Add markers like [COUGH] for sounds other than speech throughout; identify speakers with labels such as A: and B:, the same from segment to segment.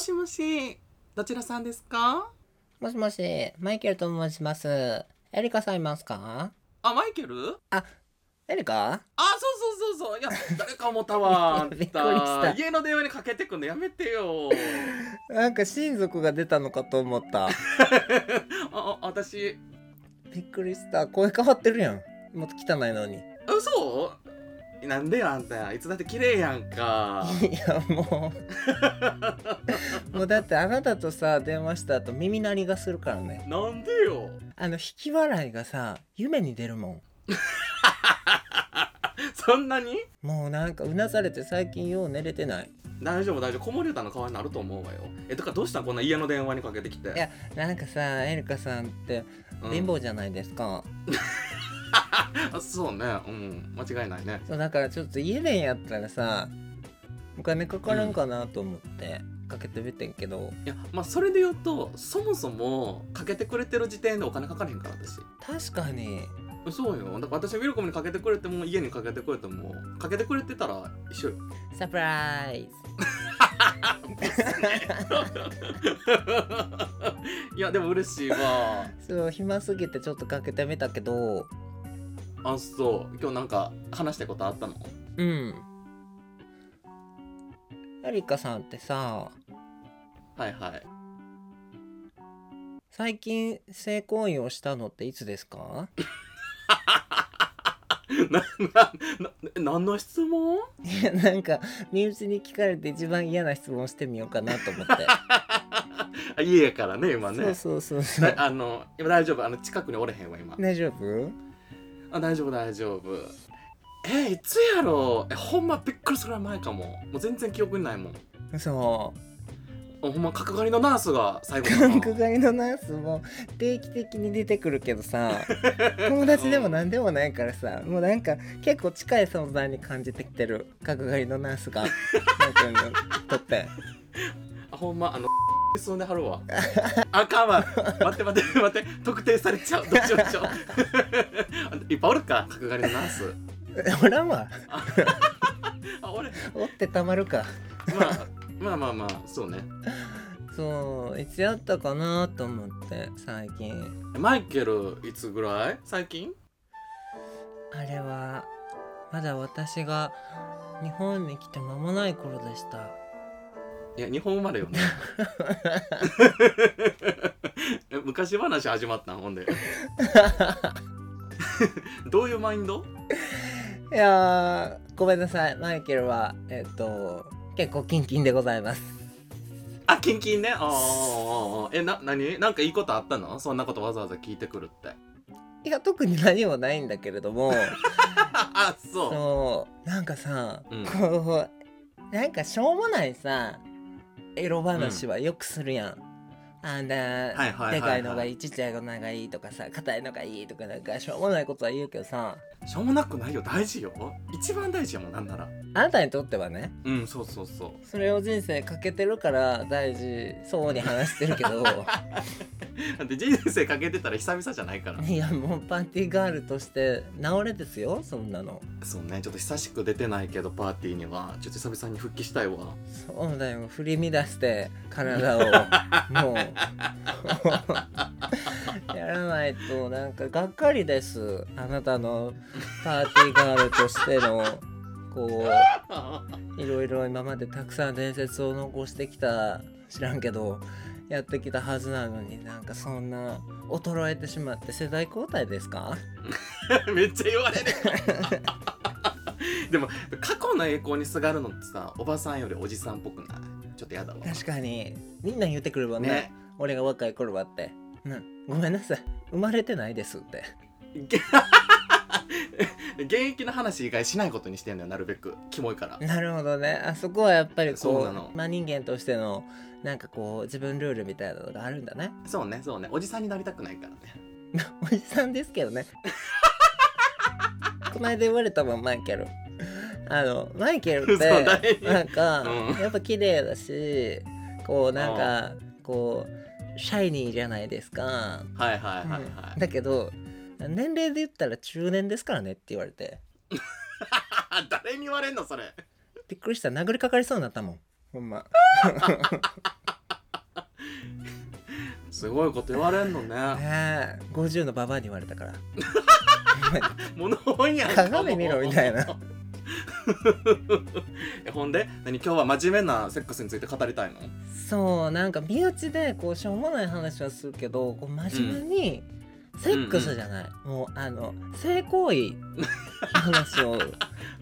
A: しもし、どちらさんですか
B: もしもし、マイケルと申します。エリカさんいますか
A: あ、マイケル
B: エリカ
A: あ、そうそうそうそう。い
B: [LAUGHS]
A: や、誰か思ったわ。あんた
B: びっくりした
A: 家の電話にかけてくんのやめて
B: [LAUGHS]
A: よ。
B: なんか親族が出たのかと思 [LAUGHS] った。
A: あ、あ私、
B: びっくりした。声変わってるやん。もっと汚いの [LAUGHS] に。い
A: 嘘なんでよ、あんた。いつだって綺麗やんか。
B: や、も [LAUGHS] う。もうだってあなたとさ、電話した後耳鳴りがするからね。
A: なんでよ。
B: あの、引き笑いがさ、夢に出るもん。
A: そんなに
B: もうなんかうなされて最近よう寝れてない。
A: 大丈夫大丈夫子守歌の顔になると思うわよえとかどうしたんこんな家の電話にかけてきて
B: いやなんかさ、エリカさんって
A: うん
B: 貧乏じゃないですか。
A: あそうねうん間違いないね
B: そうだからちょっと家でやったらさお金かからんかなと思ってかけてみてんけど、
A: いやまあそれで言うとそもそもかけてくれてる時点でお金かかれへんから私
B: 確かに
A: そうよだから私ウィルコムにかけてくれても家にかけてくれてもかけてくれてたら一緒よ [LAUGHS]
B: サプライ
A: いやでも嬉しいわ
B: ズそう暇すぎてちょっとかけてみたけど
A: あそう今日なんか話したいことあったの
B: うんエリカさんってさ
A: はいはい [LAUGHS]
B: 最近性行為をしたのっていつですか
A: ななな何の質問
B: いやなんか身内に聞かれて一番嫌な質問してみようかなと思 [LAUGHS] って、
A: あ家やからね今ね
B: そうそうそうそう
A: だあの今大丈夫あの近くにおれへんわ今、
B: 大丈夫
A: あ大丈夫大丈夫えいつやろえほんまびっくりするぐらい前かももう全然記憶にないもん
B: そう
A: ほんま角刈りのナースが最後
B: 韓国ガニのナースも定期的に出てくるけどさ友達でも何でもないからさもうなんか結構近い存在に感じてきてる角刈りのナースが僕にとって [LAUGHS]
A: あほんまあの [LAUGHS] 進んではるわあかんわ待って待って待って特定されちゃうどうしようどうしよ [LAUGHS] ういっぱいおるか角刈りのナース
B: おらんわ
A: あ俺
B: おってたまるか
A: まあまあまあまあそうね
B: そういつやったかなと思って最近
A: マイケルいつぐらい最近
B: あれはまだ私が日本に来て間もない頃でした
A: いや日本生まれよね [LAUGHS] え昔話始まったんほんで [LAUGHS] どういうマインド
B: いやーごめんなさいマイケルはえっ、と結構キンキンでございます
A: あキンキンねあーあーあーあーえな何なんかいいことあったのそんなことわざわざ聞いてくるって [LAUGHS]
B: いや特に何もないんだけれども
A: あそ
B: そうなんかさ、
A: うん
B: こうなんかしょうもないさエロ話はよくするやん。あんな、
A: はいはいはい
B: でかいのがいいちっちゃいのがいいとかさ硬いのがいいとかなんかしょうもないことは言うけどさ
A: うしょうもなくないよ大事よ一番大事やもんなんなら
B: あなたにとってはね
A: うんそうそうそう
B: それを人生かけてるから大事そうに話してる
A: [LAUGHS]
B: けど
A: だって人生かけてたら久々じゃないから
B: いやもうパンティガールとして治れですよそんなの
A: そうねちょっと久しく出てないけどパーティーにはちょっと久々に復帰したいわ [LAUGHS]
B: そうだよ振り乱して [LAUGHS] 体をもうやらないとなんかがっかりですあなたのパーティーガールとしてのこういろいろ今までたくさん伝説を残してきた知らんけどやってきたはずなのになんかそんな衰えてしまって世代交代ですか
A: めっちゃ言われるでも過去の栄光にすがるのってさおばさんよりおじさんっぽくないちょっとやだわ
B: 確かにみんな言ってくるわね
A: ね [LAUGHS]
B: 俺が若い頃はって、うん、ごめんなさい生まれてないですって。
A: げ現役の話以外しないことにしてんのよなるべくキモい [LAUGHS] から
B: なるほどねあそこはやっぱり
A: そ
B: こ
A: う
B: う
A: なの
B: まあ、人間としてのなんかこう自分ルールみたいなのがあるんだね
A: そうねそうねおじさんになりたくないからね
B: おじさんですけど
A: [LAUGHS]
B: ねこの間言われたもんマイケルあのマイケルっ
A: 嘘だ
B: て
A: い
B: なんか、
A: うん
B: やっぱ綺麗だしこうなんかこうシャイニーじゃないですか、
A: はいはいはいはい、
B: うんだけど年齢で言ったら中年ですからねって言われて
A: [LAUGHS] 誰に言われんのそれ
B: びっくりした殴りかかりそうになったもんほんま
A: すごいこと言われんのね
B: ねえ50のババアに言われたから
A: [LAUGHS] 物本やん
B: 鏡見ろみたいな
A: [LAUGHS] えほんで何今日は真面目なセックスについて語りたいの
B: そうなんか身内でこうしょうもない話はするけどこう真面目にセックスじゃない、もうあの性行為の話 [LAUGHS] をし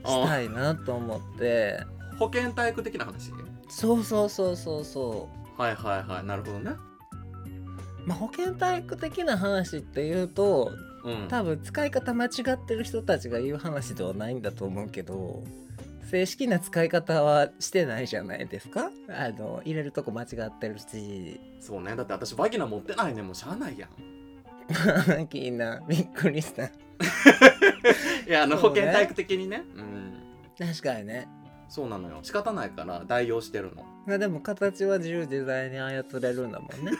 B: たいなと思って
A: 保健体育的な話
B: そうそうそうそうそ
A: はいはいはいなるほどね
B: うまあ保健体育的な話っていうと
A: うん
B: 多分使い方間違ってる人たちが言う話ではないんだと思うけど正式な使い方はしてないじゃないですかあの入れるとこ間違ってるし [LAUGHS]
A: そうねだって私バギナ持ってないねもうしゃあない [LAUGHS] やん
B: キーナびっくりした
A: いやあの、
B: そうね
A: 保健体育的にねうん
B: 確かにね
A: そうなのよ仕方ないから代用してるの [LAUGHS]
B: まあでも形は自由自在に操れるんだもんね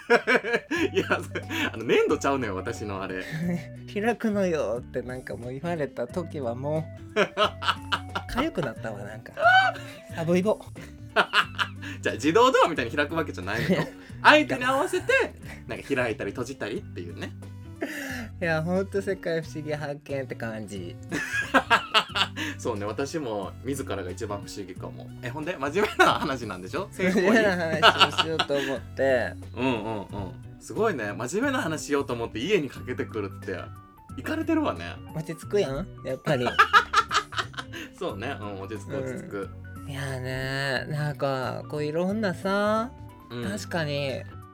A: いやあの粘土ちゃうのよ私のあれ
B: 開くのよってなんかもう言われた時はも [LAUGHS] う痒くなったわなんかサブイボ
A: じゃあ自動ドアみたいに開くわけじゃないのよ相手に合わせてなんか開いたり閉じたりっていうね
B: いやほんと世界不思議発見って感じ
A: そうね私も自らが一番不思議かもえほんで真面目な話なんでしょ成
B: みた
A: 功
B: い
A: に
B: な話をしようと思って
A: うんうんうんすごいね真面目な話しようと思って家にかけてくるって行かれてるわね
B: 落ち着くやんやっぱり [LAUGHS] い
A: そうねうん落ち着く落ち着く
B: やねなんかこういろんなさ、
A: うん
B: 確かに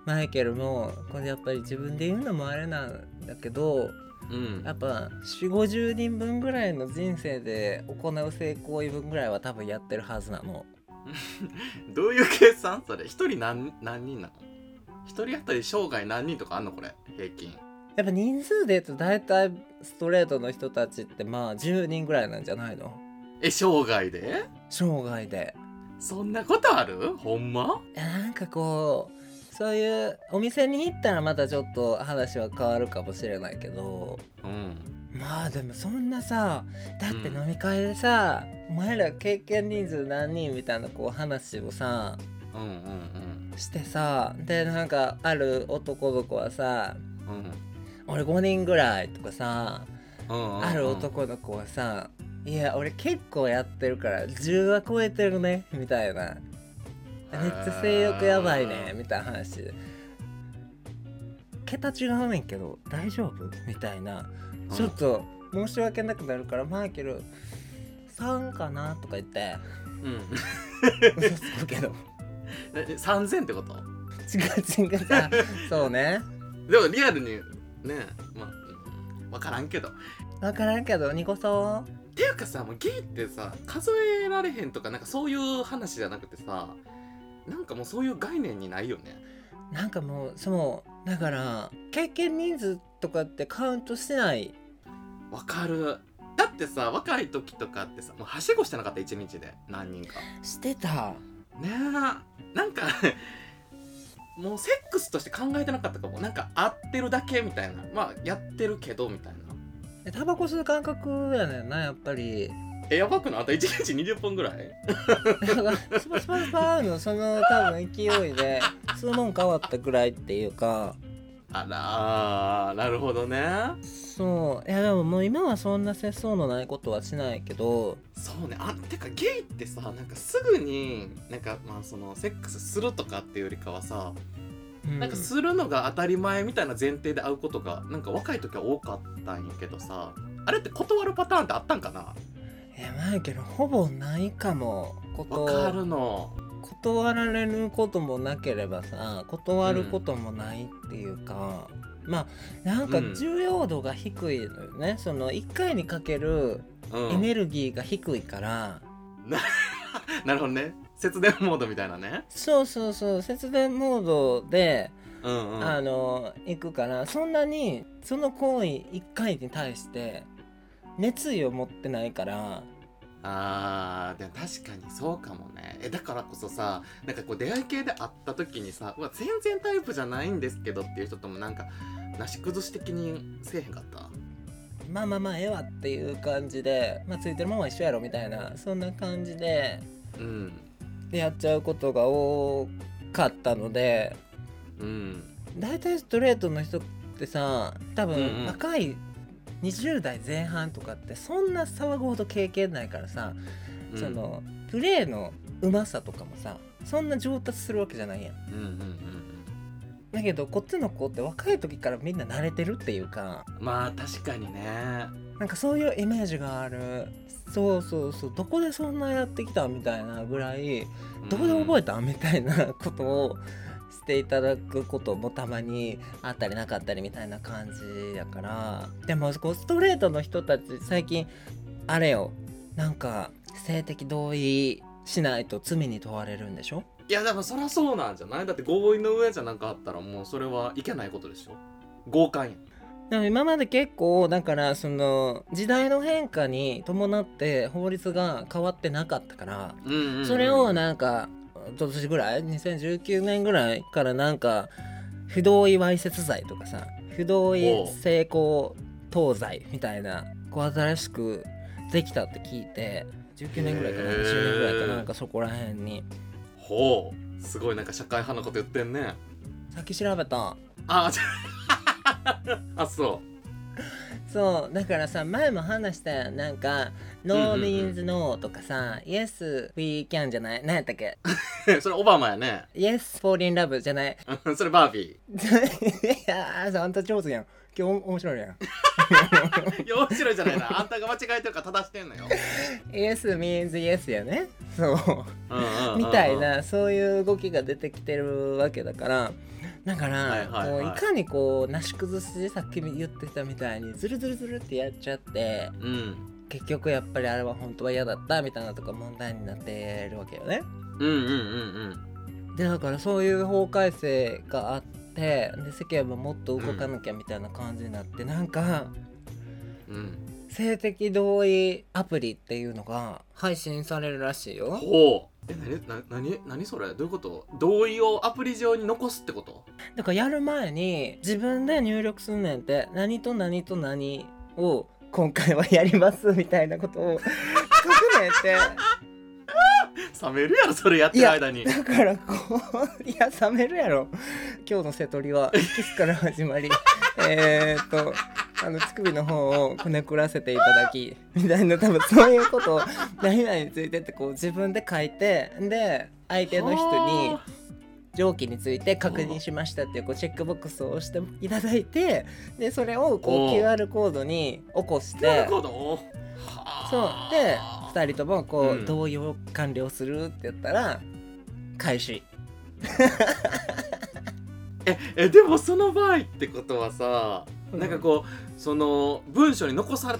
B: マイケルもこれやっぱり自分で言うのもあれなんだけど
A: うん
B: やっぱ4 5 0人分ぐらいの人生で行う性行為分ぐらいは多分やってるはずなの
A: どういう計算それ一人何何人なの一人当たり生涯何人とかあんのこれ平均
B: やっぱ人数で言うと大体ストレートの人たちってまあ10人ぐらいなんじゃないの
A: え生涯で
B: 生涯で
A: そんなことあるほんま
B: いやなんかこうそういうお店に行ったらまたちょっと話は変わるかもしれないけど
A: うん
B: まあでもそんなさだって飲み会でさ、お前ら経験人数何人みたいなこう話をさ
A: うんうん
B: してさでなんかある男の子はさ
A: うんうん
B: 「俺5人ぐらい」とかさ
A: うんうん
B: ある男の子はさ「いや俺結構やってるから10は超えてるね」みたいな「めっちゃ性欲やばいね」みたいな話桁違うねんけど大丈夫みたいな
A: うん
B: ちょっと申し訳なくなるからマイケル3かなとか言って
A: [LAUGHS] うん
B: 嘘つくけど
A: え3000ってこと
B: 違う違うさそうね
A: でもリアルにねまあうん分からんけどっ
B: 分からんけどニコそ
A: ていうかさもうゲイってさ数えられへんとかなんかそういう話じゃなくてさなんかもうそういう概念にないよね
B: うなんかもうそうだから経験人数とかってカウントしてない
A: わかるだってさ若い時とかってさもうはしごしてなかった一日で何人か
B: してた
A: ねえなんかもうセックスとして考えてなかったかもなんか合ってるだけみたいなまあやってるけどみたいな
B: えタバコ吸う感覚やねんなやっぱり
A: えやばくないあんた1日20本ぐらい
B: なんかスパスパスパーのその多分勢い
A: [LAUGHS]
B: で吸うもん変わったぐらいっていうか
A: あらーなるほどね
B: そういやでももう今はそんな節操のないことはしないけど
A: そうねあてかゲイってさなんかすぐになんかまあそのセックスするとかっていうよりかはさ、
B: うん
A: なんかするのが当たり前みたいな前提で会うことがなんか若い時は多かったんやけどさあれって断るパターンってあったんかな
B: えまあけどほぼないかもこ
A: わか
B: と
A: るの
B: 断られることもなければさ断ることもないっていうか、まあなんか
A: うん
B: 重要度が低いのよね、その1回にかける
A: うん
B: エネルギーが低いから、
A: [LAUGHS] なるほどね節電モードみたいなね
B: そうそうそう節電モードで、
A: うんうん
B: あの行くからそんなにその行為1回に対して熱意を持ってないから
A: あーでも確かにそうかもねえだからこそさなんかこう出会い系で会った時にさうわ全然タイプじゃないんですけどっていう人ともなんかなし崩し的にせえへんかった
B: まあまあまあええわっていう感じで、まあ、ついてるもんは一緒やろみたいなそんな感じで
A: うん
B: やっちゃうことが多かったので
A: うん
B: 大体ストレートの人ってさ多
A: うんう
B: 分
A: ん
B: 若い20代前半とかってそんな騒ぐほど経験ないからさ、
A: うん
B: そのプレーのうまさとかもさそんな上達するわけじゃないやん
A: うんうんうん
B: だけどこっちの子って若い時からみんな慣れてるっていうか
A: うんまあ確かにね
B: なんかそういうイメージがあるそうそうそうどこでそんなやってきたみたいなぐらいどこで覚え
A: て
B: たみたいなことをしていただくこともたまにあったりなかったりみたいな感じだからでもこうストレートの人たち最近あれよなんか性的同意しないと罪に問われるんでしょ
A: いやでもそりゃそうなんじゃないだって合意の上じゃなかったらもうそれはいけないことでしょ強姦や
B: でも今まで結構だからその時代の変化に伴って法律が変わってなかったから
A: うんうんうん
B: それをなんか一昨年ぐらい2019年ぐらいからなんか不同意わいせつ罪とかさ不同
A: お
B: 意
A: う
B: 性交等罪みたいなこう新しくできたって聞いて19年ぐらいかな
A: へー
B: 20年ぐらいかななんかそこら辺に
A: ほうすごいなんか社会派なこと言ってんね
B: さっき調べた
A: あじゃ [LAUGHS] あそ
B: そうだからさ前も話したやんなんか「
A: うんうん
B: No
A: うん
B: means no」とかさ「Yes we can」じゃない何やったっけ
A: う [LAUGHS] それオバマやね
B: 「Yes fall in love」じゃない [LAUGHS]
A: うんそれバービ
B: いやーあんた上手やん今日面白いやん
A: ー [LAUGHS] いや面白いじゃないなあんたが間違えてるから正してんのよ、
B: Yes means yes やねそ
A: う
B: う
A: んうんうんうん
B: みたいなそういう動きが出てきてるわけだからだから、
A: はいはいはい
B: こういかにこうなし崩しでさっき言ってたみたいにズルズルズルってやっちゃって
A: うん
B: 結局やっぱりあれは本当は嫌だったみたいなとか問題になってるわけよね。
A: うんうんうんうん
B: でだからそういう法改正があってで世間ももっと動かなきゃみたいな感じになって、なんか
A: うん
B: 性的同意アプリっていうのが配信されるらしいよ。
A: ほうえ何な何何それどういうこと同意をアプリ上に残すってこと
B: だからやる前に自分で入力すんねんって何と何と何を今回はやりますみたいなことを [LAUGHS] 書くねんって
A: 冷めるやろそれやってる間に
B: だからこういや冷めるやろ [LAUGHS] 今日の瀬戸りはキスから始まり [LAUGHS] えーっとあの乳首の方をこねくらせていただきみたいな多分そういうことを何々についてってこう自分で書いてで相手の人に
A: は
B: 蒸気について確認しましたっていうこうチェックボックスを押していただいてでそれをこ
A: お
B: う
A: う
B: QR コードに起こし
A: あな
B: て
A: るほど
B: そうで2人ともこ
A: うん
B: う同意を完了するって言ったら開始
A: ええでもその場合ってことはさ、なんかこうその文章に残され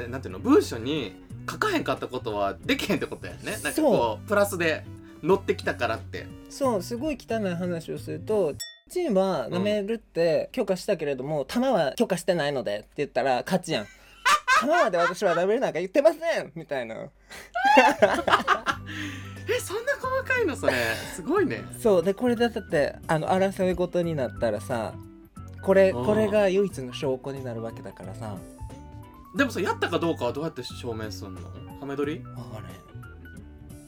A: へえなんていうの文章に書かへんかったことはできへんってことやねなんかこ
B: そう
A: プラスで乗ってきたからって
B: そうすごい汚い話をすると「チームは舐めるって許可したけれども弾は許可してないので」って言ったら勝ちやん「弾まで私は舐めるなんか言ってません!」みたいな
A: えそんな細かいのそれすごいね
B: そうでこれだってあの争い事になったらさこれ
A: うん
B: これが唯一の証拠になるわけだからさ
A: でもそれやったかどうかはどうやって証明すんのハメ撮り
B: 分からへん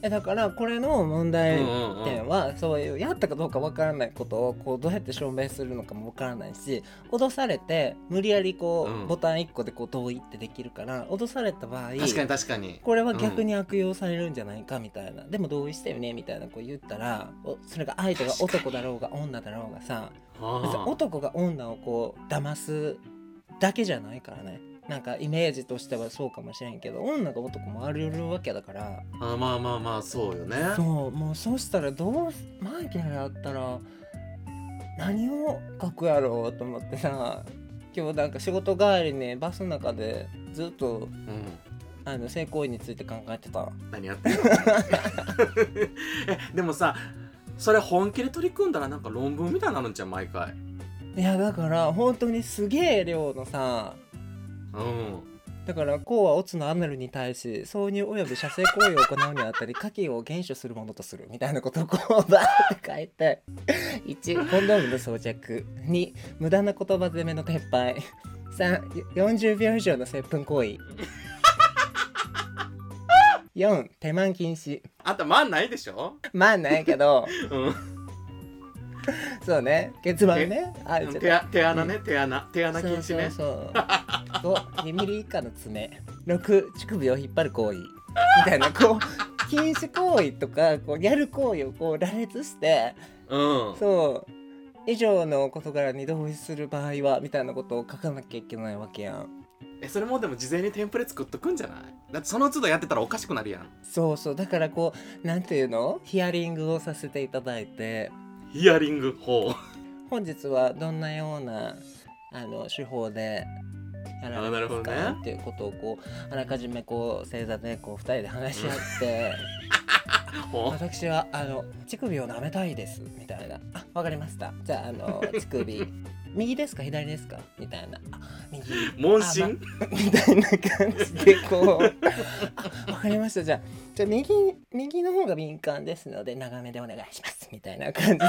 B: えだからこれの問題
A: うんうんうん
B: 点はそういうやったかどうか分からないことをこうどうやって証明するのかも分からないし脅されて無理やりこ
A: うん
B: うボタン1個でこう同意ってできるから脅された場合
A: 確かに確かに
B: これは逆に悪用されるんじゃないかみたいな、でも同意してよねみたいなこう言ったらおそれが相手が男だろうが女だろうがさ別に
A: あ
B: 男が女をこう騙すだけじゃないからねなんかイメージとしてはそうかもしれんけど女が男もあり得るわけだから
A: ああまあまあまあそうよね
B: そうもうそうしたらどうマイケルだったら何を書くやろうと思ってさ今日なんか仕事帰りねバスの中でずっと
A: うん
B: あの性行為について考えてた
A: 何やってんの [LAUGHS] えでもさそれ本気で取り組んだらなんか論文みたいになるんじゃん毎回
B: いやだから本当にすげえ量のさ
A: うん
B: だから項はオツのアナルに対し挿入および射精行為を行うにあたり下記を厳守するものとするみたいなことをこうバーって書いて1コンドームの装着2無駄な言葉攻めの撤廃340秒以上の接吻行為4手満禁止
A: あんたまんないでしょ
B: まあないけど
A: うん
B: そうね結番ねあ
A: うん
B: ちょっと
A: 手あ手穴ね手穴手穴禁止ね
B: そうそうそう5ミリ以下の爪6乳首を引っ張る行為みたいなこう禁止行為とかこうやる行為をこう羅列して
A: うん
B: そう以上の事柄に同意する場合はみたいなことを書かなきゃいけないわけやん
A: えそれもでも事前にテンプレ作っとくんじゃないだってその都度やってたらおかしくなるやん
B: そうそうだからこうなんていうのヒアリングをさせていただいて
A: ヒアリング法
B: 本日はどんなようなあの手法でやら
A: あな
B: れ
A: る
B: ま
A: ほ
B: す
A: ど
B: か、
A: ね
B: っていうことをこうあらかじめこう正座でこう2人で話し合
A: [LAUGHS]
B: って
A: ほ
B: 私はあの乳首を舐めたいですみたいなあわかりましたじゃああの乳首
A: [LAUGHS]
B: 右ですか左ですかみたいなあ右
A: 問診
B: みたいな感じでこうあわかりましたじゃあじゃあ右右の方が敏感ですので長めでお願いしますみたい
A: [LAUGHS]
B: な感じです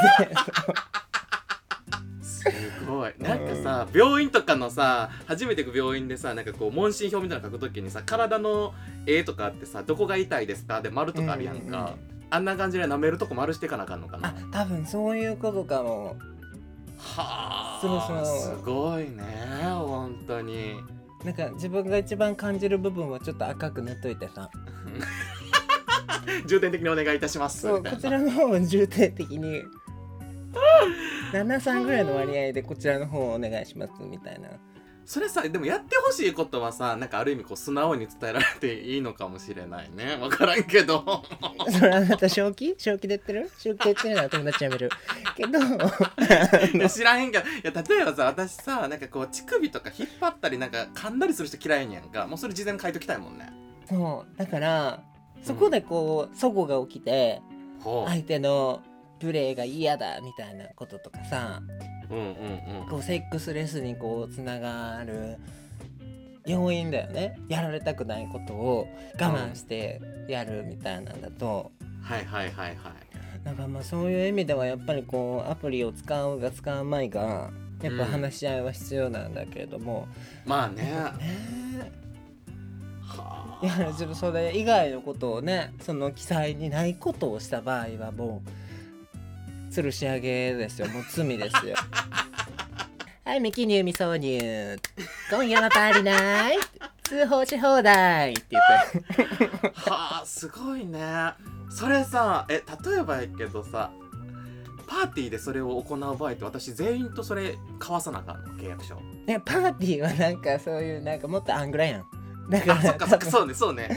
A: ごいなんかさ病院とかのさ初めて行く病院でさなんかこう問診票みたいなの書くときにさ体の絵とかあってさどこが痛いですかで丸とかあるやんか、
B: うんうんうん
A: あんな感じで舐めるとこ丸していかなあかんのかな
B: あ多分そういうことかも
A: はあ
B: そうそう
A: すごいね本当に
B: なんか自分が一番感じる部分はちょっと赤く塗っといてさ
A: 重点的にお願いいたします
B: そう
A: みたい
B: こ
A: な
B: ちらの方を重点的 [LAUGHS] に73ぐらいの割合でこちらの方をお願いしますみたいな
A: それさでもやってほしいことはさなんかある意味こう素直に伝えられていいのかもしれないね分からんけ
B: [LAUGHS]
A: ど
B: それあなた正気正気で言ってる正気で言ってるなら友達やめるけど
A: いや知らへんけどいや例えばさ私さなんかこう乳首とか引っ張ったりなんか噛んだりする人嫌いやんかもうそれ事前に書いときたいもんね
B: そうだからそこでこう齟齬が起きて
A: ほ
B: 相手のプレーが嫌だみたいなこととかさ
A: ううんうんうん
B: こうセックスレスにこうつながる要因だよねやられたくないことを我慢してやるみたいなんだと、
A: はいはいはいはい
B: なんかまあそういう意味ではやっぱりこうアプリを使うが使うまいがやっぱ話し合いは必要なんだけれども、
A: まあね
B: ね
A: はあ
B: えいやちょっとそれ以外のことをねその記載にないことをした場合はもう吊るし上げですよもう罪で
A: [LAUGHS]
B: すよはい未記入未挿入今夜は足りない通報し放題って
A: [LAUGHS]
B: 言って
A: はあすごいねそれさえ例えばやけどさパーティーでそれを行う場合って私全員とそれ交わさなあかんの契約
B: [LAUGHS]
A: 書
B: ねパーティーはなんかそういうなんかもっとアングラやんだか
A: あそ
B: ら
A: っかそっか
B: 多分
A: そうねそうね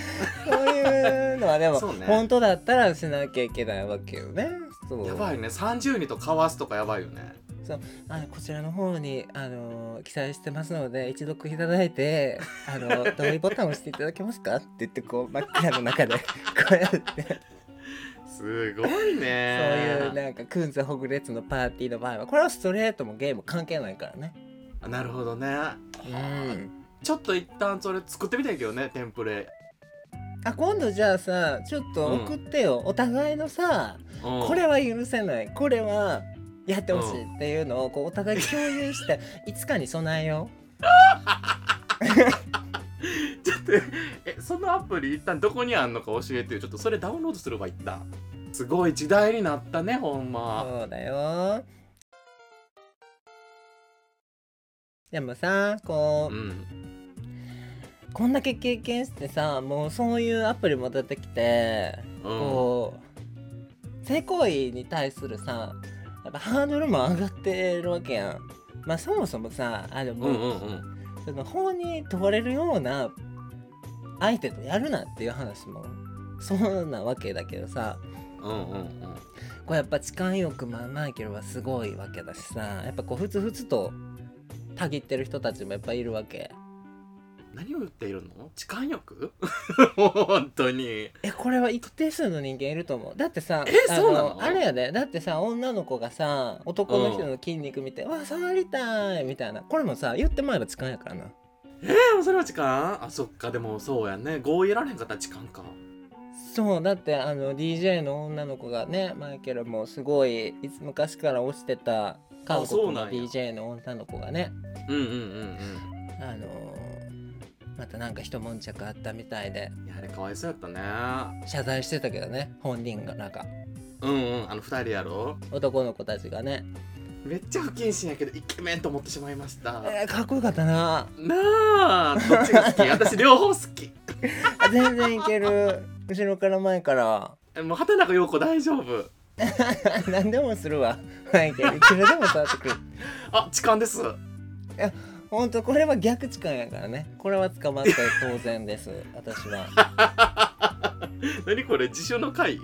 B: そういうのはでも、
A: そうね
B: 本当だったらしなきゃいけないわけよねそう
A: やばいね30人と交わすとかやばいよね
B: あのこちらの方に、あのー記載してますので一読いただいて、あ [LAUGHS] のー同意ボタンを押していただけますかって言ってこう真っ暗の中で [LAUGHS] こうやって
A: すごい
B: そう
A: ね
B: いうなんかくんずほぐれつのパーティーの場合はこれはストレートもゲーム関係ないからね
A: あなるほどね
B: うん
A: ちょっと一旦それ作ってみたいけどねテンプレ、
B: あ今度じゃあさちょっと送ってよ、お互いのさ
A: うん
B: これは許せないこれはやってほしいっていうのをこうお互い共有していつかに備えよ
A: ちょっと [LAUGHS] えそのアプリ一旦どこにあんのか教えてよちょっとそれダウンロードすれば一旦すごい時代になったねほん
B: う
A: ま
B: そうだよでもさこ
A: う
B: う、
A: ん
B: こんだけ経験してさもうそういうアプリも出てきて、
A: うん
B: こう性行為に対するさやっぱハードルも上がってるわけやんまあそもそもさあでも、
A: うんうんうん
B: その法に問われるような相手とやるなっていう話もそうなわけだけどさ
A: うんうんうん
B: こうやっぱ痴漢欲もマイケルはすごいわけだしさやっぱこうふつふつとたぎってる人たちもやっぱいるわけ
A: 何を言っているの痴漢欲 [LAUGHS] 本当に
B: えこれは一定数の人間いると思うだってさ
A: え
B: あ
A: そうなの
B: あれやでだってさ女の子がさ男の人の筋肉見て「わ触りたい」みたいなこれもさ言ってまえば痴漢やからな
A: でもそれは痴漢あそっかでもそうやね合意得られんかったら痴漢か
B: そうだってあの DJ の女の子がねマイケルもすごいいつ昔から推してた韓
A: そう
B: 国
A: な
B: の
A: んや
B: DJ の女の子がね
A: うんうんうんうん
B: あのーまたなんか一悶着あったみたいで
A: いやあれかわいそうやったね
B: 謝罪してたけどね本人がなんか
A: うんうんあの2人やろ
B: 男の子たちがね、
A: めっちゃ不謹慎やけどイケメンと思ってしまいました
B: えーかっこよかったな
A: なあどっちが好き [LAUGHS] 私両方好き
B: あ全然いける後ろから前から [LAUGHS]
A: えもう畑中陽子大丈夫
B: 何でもするわマイケルいくらでも触ってくる
A: あ痴漢です
B: ほんとこれは逆痴漢やからねこれは捕まって当然です私は
A: [LAUGHS] 何これ自首の回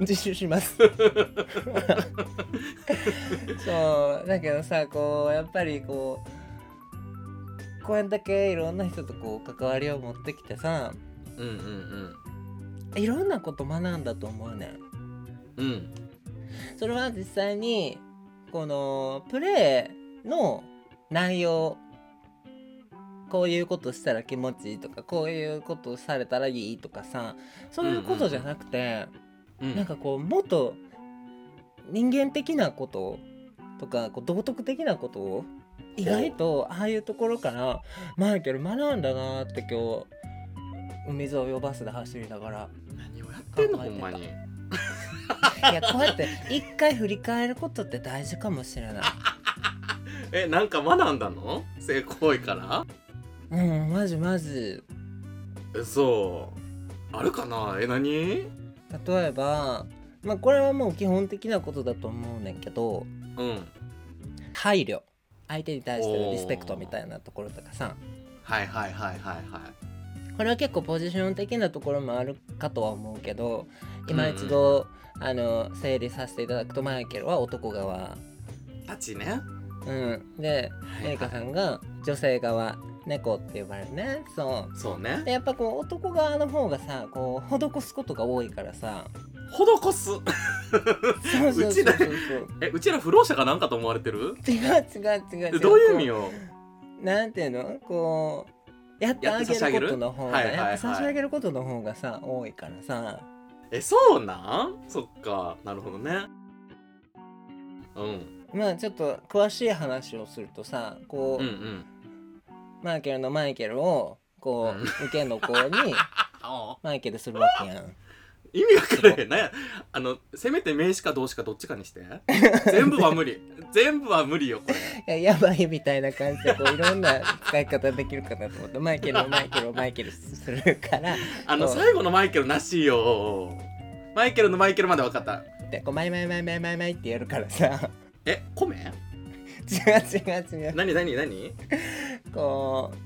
B: 自首します [LAUGHS] そうだけどさこうやっぱりこうこれだけいろんな人とこう関わりを持ってきてさ
A: うんうん
B: いろんなこと学んだと思うねん
A: うんうん
B: それは実際にこのプレーの内容こういうことしたら気持ちいいとかこういうことされたらいいとかさそういうことじゃなくて、
A: うん
B: なんかこうもっと人間的なこととかこう道徳的なことを意外とああいうところからマイケル学んだなーって今日海沿いをバスで走りながら
A: 何をやってんのほんまに
B: いやこうやって一回振り返ることって大事かもしれない。
A: えなんか学んだの性行為から
B: うんマジマジ
A: えそうあるかなえ何
B: 例えばまあこれはもう基本的なことだと思うねんけど
A: うん
B: 配慮相手に対してのリスペクトみたいなところとかさ
A: はいはいはいはいは
B: これは結構ポジション的なところもあるかとは思うけど今一度、あの整理させていただくとマイケルは男側、
A: いたちね
B: うん、で
A: はいはい
B: エリカさんが女性側猫って呼ばれるねそう
A: そうね
B: でやっぱこう男側の方がさこう施すことが多いからさ
A: 施す
B: そうそうそうそうそう
A: えうちら不老者かなんかと思われてる
B: 違う違う違う違
A: え
B: う
A: どういう意味
B: よ
A: よ
B: なんていうのこうやってあげることの方が
A: やって差し上げるはいはいはい
B: やっぱ差し上げることの方がさ多いからさ
A: えそうなんそっかなるほどねうん
B: まあちょっと詳しい話をするとさこ
A: う
B: う、
A: んうん
B: マイケルのマイケルをこう、
A: うん
B: 受けの子に
A: あ
B: マイケルするわけやん
A: 意味わからへんなんやあのせめて名詞か動詞かどっちかにして全部は無理全部は無理よこれ
B: いややばいみたいな感じでこういろんな使い方できるかなと思ってマイケルをマイケルをマイケルするから
A: あの
B: そう
A: 最後のマイケルなしよマイケルのマイケルまで分かった
B: でこうマイマイマイマイマイマイってやるからさ
A: え米
B: 違う違う違う
A: 何何何
B: こう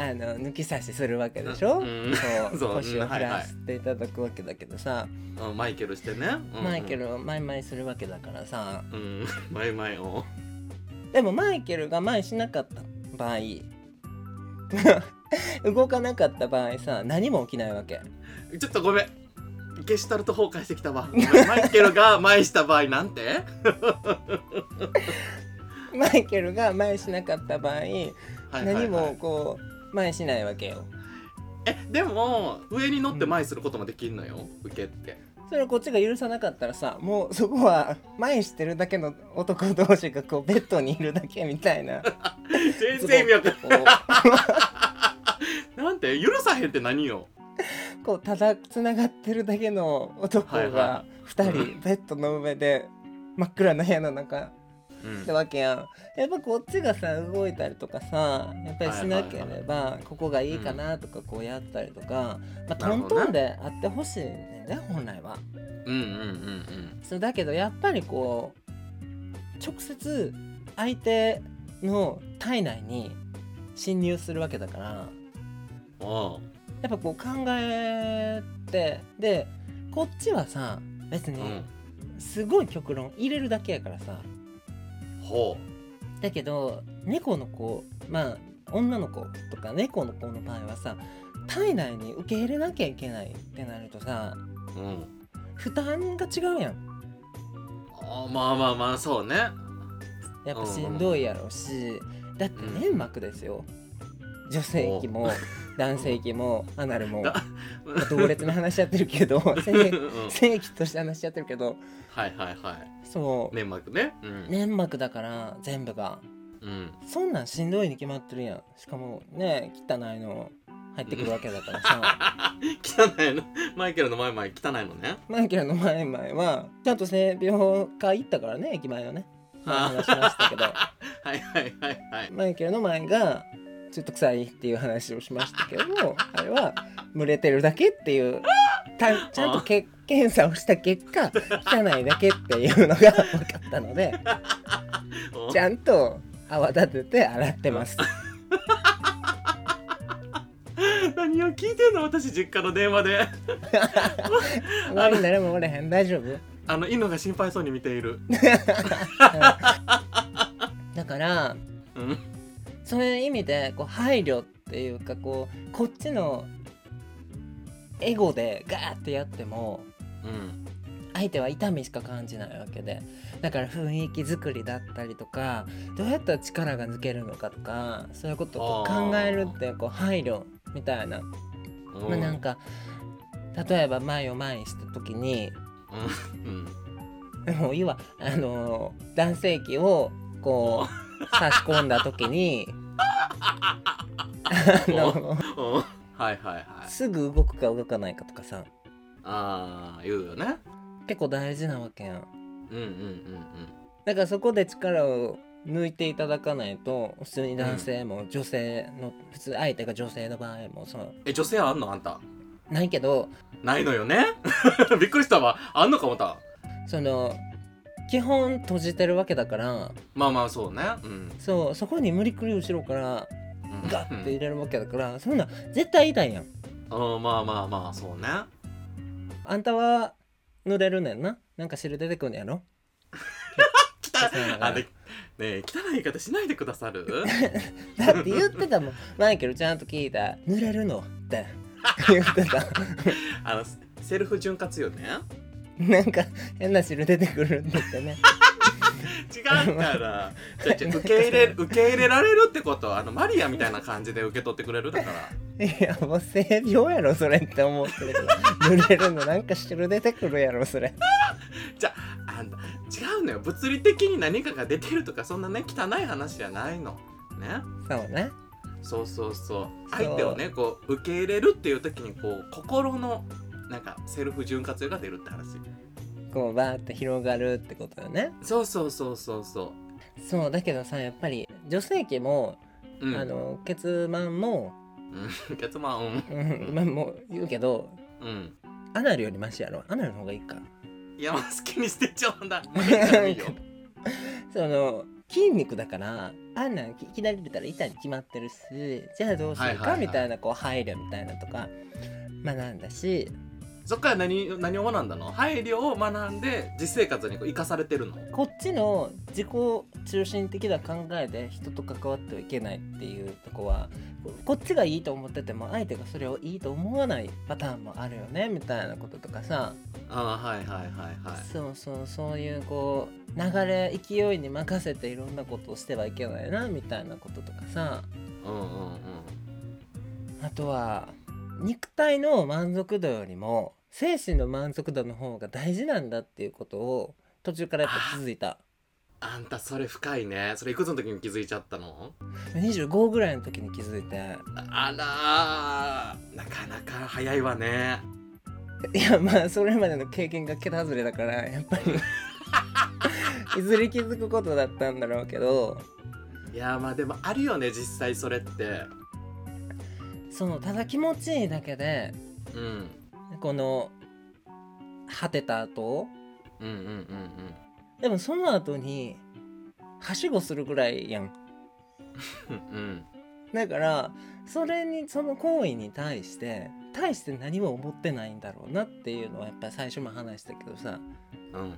B: あの抜き差しするわけでしょ、
A: うん
B: こう
A: そう
B: 腰
A: う
B: を
A: んは
B: 振
A: いはい
B: らせていただくわけだけどさ、
A: うんマイケルしてね、うん
B: マイケルをマイマイするわけだからさ
A: うんマイマイを
B: でもマイケルがマイしなかった場合 [LAUGHS] 動かなかった場合さ何も起きないわけ
A: ちょっとごめんゲシュタルト崩壊してきたわごめんマイケルがマイした場合なんて
B: マイケルがマイしなかった場合、
A: はいはいはい
B: 何もこうマイしないわけよ
A: えでも上に乗って前することもできんのよ、受けって
B: [LAUGHS] それをこっちが許さなかったらさもうそこは前してるだけの男同士がこうベッドにいるだけみたいな
A: [LAUGHS] 全然意味わかん
B: こう
A: なんて許さへんって何よ
B: こうただつながってるだけの男
A: はいは
B: が2
A: う
B: 人ベッドの上で真っ暗な部屋の中
A: う
B: っ
A: ん
B: てわけやんやっぱこっちがさ動いたりとかさやっぱりしなければここがいいかなとかこうやったりとか、まあ、
A: な
B: ト
A: る
B: ン
A: ほど
B: ト
A: ね
B: ンであってほしいねんね本来は。
A: うんうんうん
B: そうだけどやっぱりこう直接相手の体内に侵入するわけだから。
A: うんおう
B: やっぱこう考えてでこっちはさ別
A: う
B: に
A: ん
B: すごい極論入れるだけやからさ
A: ほ
B: だけど猫の子まあ女の子とか猫の子の場合はさ体内に受け入れなきゃいけないってなるとさ
A: ううん
B: 負担が違うやん
A: あーまあまあまあそうね
B: やっぱしんどいやろうしだって粘膜ですよ女性器も男性器もアナルも
A: だ
B: まあ同列の話しちゃってる
A: [LAUGHS]
B: けど性
A: うん
B: 性器として話しちゃってるけど
A: はいはいはい
B: そう
A: 粘膜ねうん、
B: 粘膜だから全部が
A: うん、 [LAUGHS]
B: そんなんしんどいに決まってるやんしかもね汚いの入ってくるわけだか
A: [LAUGHS]
B: らさ
A: 汚いのマイケルの前前汚いのね
B: マイケルの前々はちゃんと性病科行ったからね駅前のね前話しましたけど
A: はいはいはいはい
B: マイケルの前がちょっと臭いっていう話をしましたけどもあれは蒸れてるだけっていうたちゃんとけ検査をした結果汚いだけっていうのが分かったので
A: お
B: ちゃんと泡立てて洗ってます
A: 何を聞いてんの私実家の電話で
B: 悪いならもおれへん大丈夫
A: あの犬が心配そうに見ている
B: だから
A: うん
B: そういう意味でこう配慮っていうかこうこっちのエゴでガーってやっても
A: うん
B: 相手は痛みしか感じないわけでだから雰囲気作りだったりとかどうやったら力が抜けるのかとかそういうことをこう考えるっていうこう配慮みたいな、まあ、なんか例えば前を前にした時に
A: うん
B: もういいわあのー男性器をこう差し込んだ時にあの
A: うんうんはいはいはい
B: すぐ動くか動かないかとかさ
A: ああ言うよね
B: 結構大事なわけやん
A: うんうん
B: だからそこで力を抜いていただかないと普通に男性も女性の、普通相手が女性の場合もそう
A: え女性あんのあんた
B: ないけど
A: ないのよね [LAUGHS] びっくりしたわあんのかまた
B: その基本閉じてるわけだから
A: まあまあそうねうん
B: そうそこに無理くり後ろから
A: うん
B: ガッて入れるわけだからそんなん絶対痛いやん
A: うんまあまあまあそうね
B: あんたは濡れるねんななんか汁出てくんやろ
A: 汚い
B: そうだから
A: あでねえ汚い言い方しないでくだ [LAUGHS] さる
B: だって言ってたもんマイケルちゃんと聞いた濡れるのって言ってた
A: あのセルフ潤滑よね
B: なんか変な汁出てくるんだってね
A: 違うからじゃあじゃあ受け入れ [LAUGHS] 受け入れられるってことはあのマリアみたいな感じで受け取ってくれるだから
B: いやもう性病やろそれって思ってるけど濡れるのなんか汁出てくるやろそれ
A: あんた違うのよ物理的に何かが出てるとかそんなね汚い話じゃないのね
B: そうね
A: そうそうそう相手をねこう受け入れるっていう時にこう心のなんかセルフ潤滑油が出るって話
B: こうバーって広がるってことよね
A: そうそうそうそうそ
B: そうだけどさやっぱり女性器も、
A: ううん
B: あの血板も、
A: うん [LAUGHS] 結論うん
B: うん、まあもう言うけど
A: うん
B: アナルよりマシやろアナルの方がいいか
A: 山好きにしてちゃうんだもういいよいいよ
B: その筋肉だからあんなんいきなり出たら痛いに決まってるしじゃあどうす
A: はい
B: る
A: はい
B: か
A: はい
B: みたいなこう配慮みたいなとか学んだし
A: そっから何何を学んだの配慮を学んで実生活にこう生かされてるの
B: こっちの自己中心的な考えで人と関わってはいけないっていうとこはここっちがいいと思ってても相手がそれをいいと思わないパターンもあるよねみたいなこととかさ、
A: ああはいはいはいはい
B: そうそうそういうこう流れ勢いに任せていろんなことをしてはいけないなみたいなこととかさ
A: うんうんうん
B: あとは肉体の満足度よりも精神の満足度の方が大事なんだっていうことを途中からやっぱ気づいた
A: あんたそれ深いねそれいくつの時に気づいちゃったの
B: 25ぐらいの時に気づいて
A: あらーなかなか早いわね
B: いやまあそれまでの経験が桁外れだからやっぱりいずれ気づくことだったんだろうけど
A: いやーまあでもあるよね実際それって
B: そのただ気持ちいいだけで
A: うん
B: この果てた後
A: うんうんうん
B: でもその後にはしごするぐらいやん
A: うんうん
B: だからそれにその行為に対して対して何も思ってないんだろうなっていうのはやっぱり最初も話したけどさ
A: うん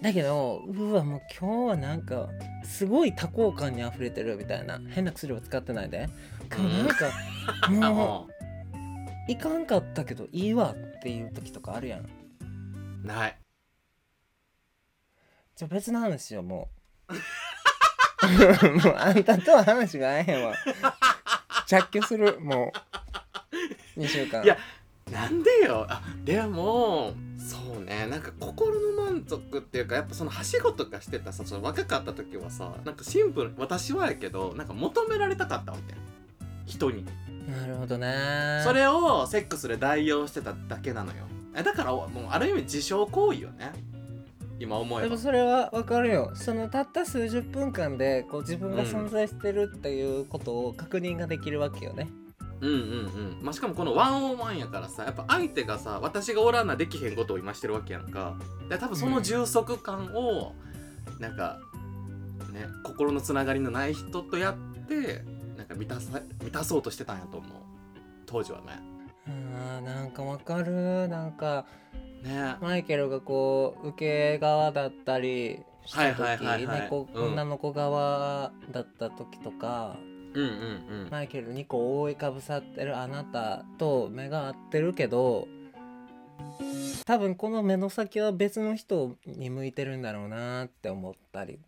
B: だけどうわもう今日はなんかすごい多幸感にあふれてるみたいな変な薬を使ってないで
A: うん
B: 今日なんか
A: あ
B: も
A: も
B: ういかんかったけどいいわっていう時とかあるやん
A: うない
B: じゃあ別の話よも
A: [LAUGHS]
B: うもうあんたとは話が合えへんわ着去するもう2週間
A: いやなんでよあでもそうねなんか心の満足っていうかやっぱそのはしごとかしてたさその若かった時はさなんかシンプル私はやけどなんか求められたかったわけ人に
B: なるほどね
A: それをセックスで代用してただけなのよえだからもうある意味自傷行為よね今思え
B: で
A: ば
B: もそれはわかるよそのたった数十分間でこう自分が存在してるっていうことを確認ができるわけよね、
A: うんうんうん、まあ、しかもこのワンオンワンやからさやっぱ相手がさ私がおらんなできへんことを今してるわけやんかで多分その充足感を、なんかね心のつながりのない人とやってなんか満たさ満たそうとしてたんやと思う当時はね
B: あーなんかわかるなんか
A: ね
B: マイケルがこう受け側だったりした時、
A: はいはいはいはい
B: 猫
A: うん
B: 女の子側だった時とか、
A: うんうん
B: マイケルにこう覆いかぶさってるあなたと目が合ってるけど多分この目の先は別の人に向いてるんだろうなって思ったり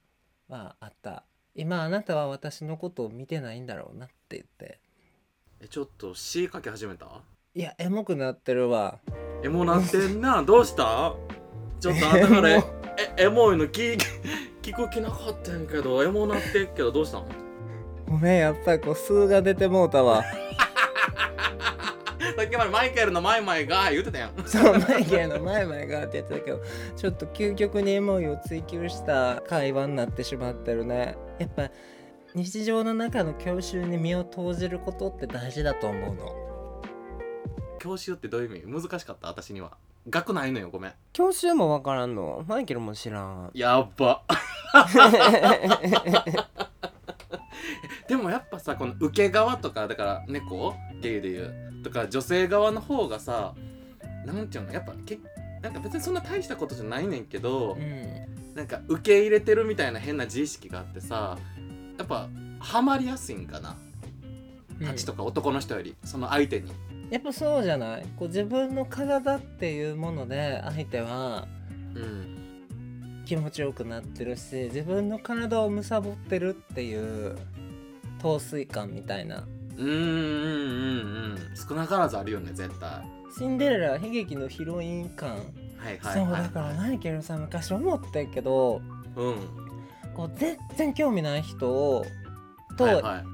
B: はあった今あなたは私のことを見てないんだろうなって言って
A: えちょっと詩書き始めた
B: いやエモくなってるわ
A: エモなってんなどうしたちょっとあだから
B: エ
A: え
B: モ
A: エモいの聞い聞く気なかったんやけどエモなってっけどどうしたの
B: ごめんやっぱりこう数が出てもうたわ
A: さっきまでマイケルのマイマイが言うてたやん。
B: そうマイケルの前々がって言ってたけどちょっと究極にエモいを追求した会話になってしまってるねやっぱ日常の中の教習に身を投じることって大事だと思うの
A: 教習ってどういう意味難しかった私には。学ないのよ、ごめん。
B: 教習もわからんのマイケルも知らん
A: やっば。でもやっぱさ、この受け側とか、だから猫ゲイで言う。とか、女性側の方がさ、なんていうの、やっぱけなんか別にそんな大したことじゃないねんけど、
B: [LAUGHS] うん
A: なんか受け入れてるみたいな変な自意識があってさ、やっぱハマりやすいんかな。たちとか男の人より、その相手に。
B: やっぱそうじゃないこう自分の体っていうもので相手は
A: うん。
B: 気持ちよくなってるし自分の体を貪ってるっていう陶酔感みたいな
A: うんうんうんうん。少なからずあるよね、絶対。
B: シンデレラ悲劇のヒロイン感、
A: はいはい
B: そう
A: はい、
B: だからマイケルさん昔思ってんけど
A: うん
B: こう全然興味ない人をと、
A: はいはい、
B: あ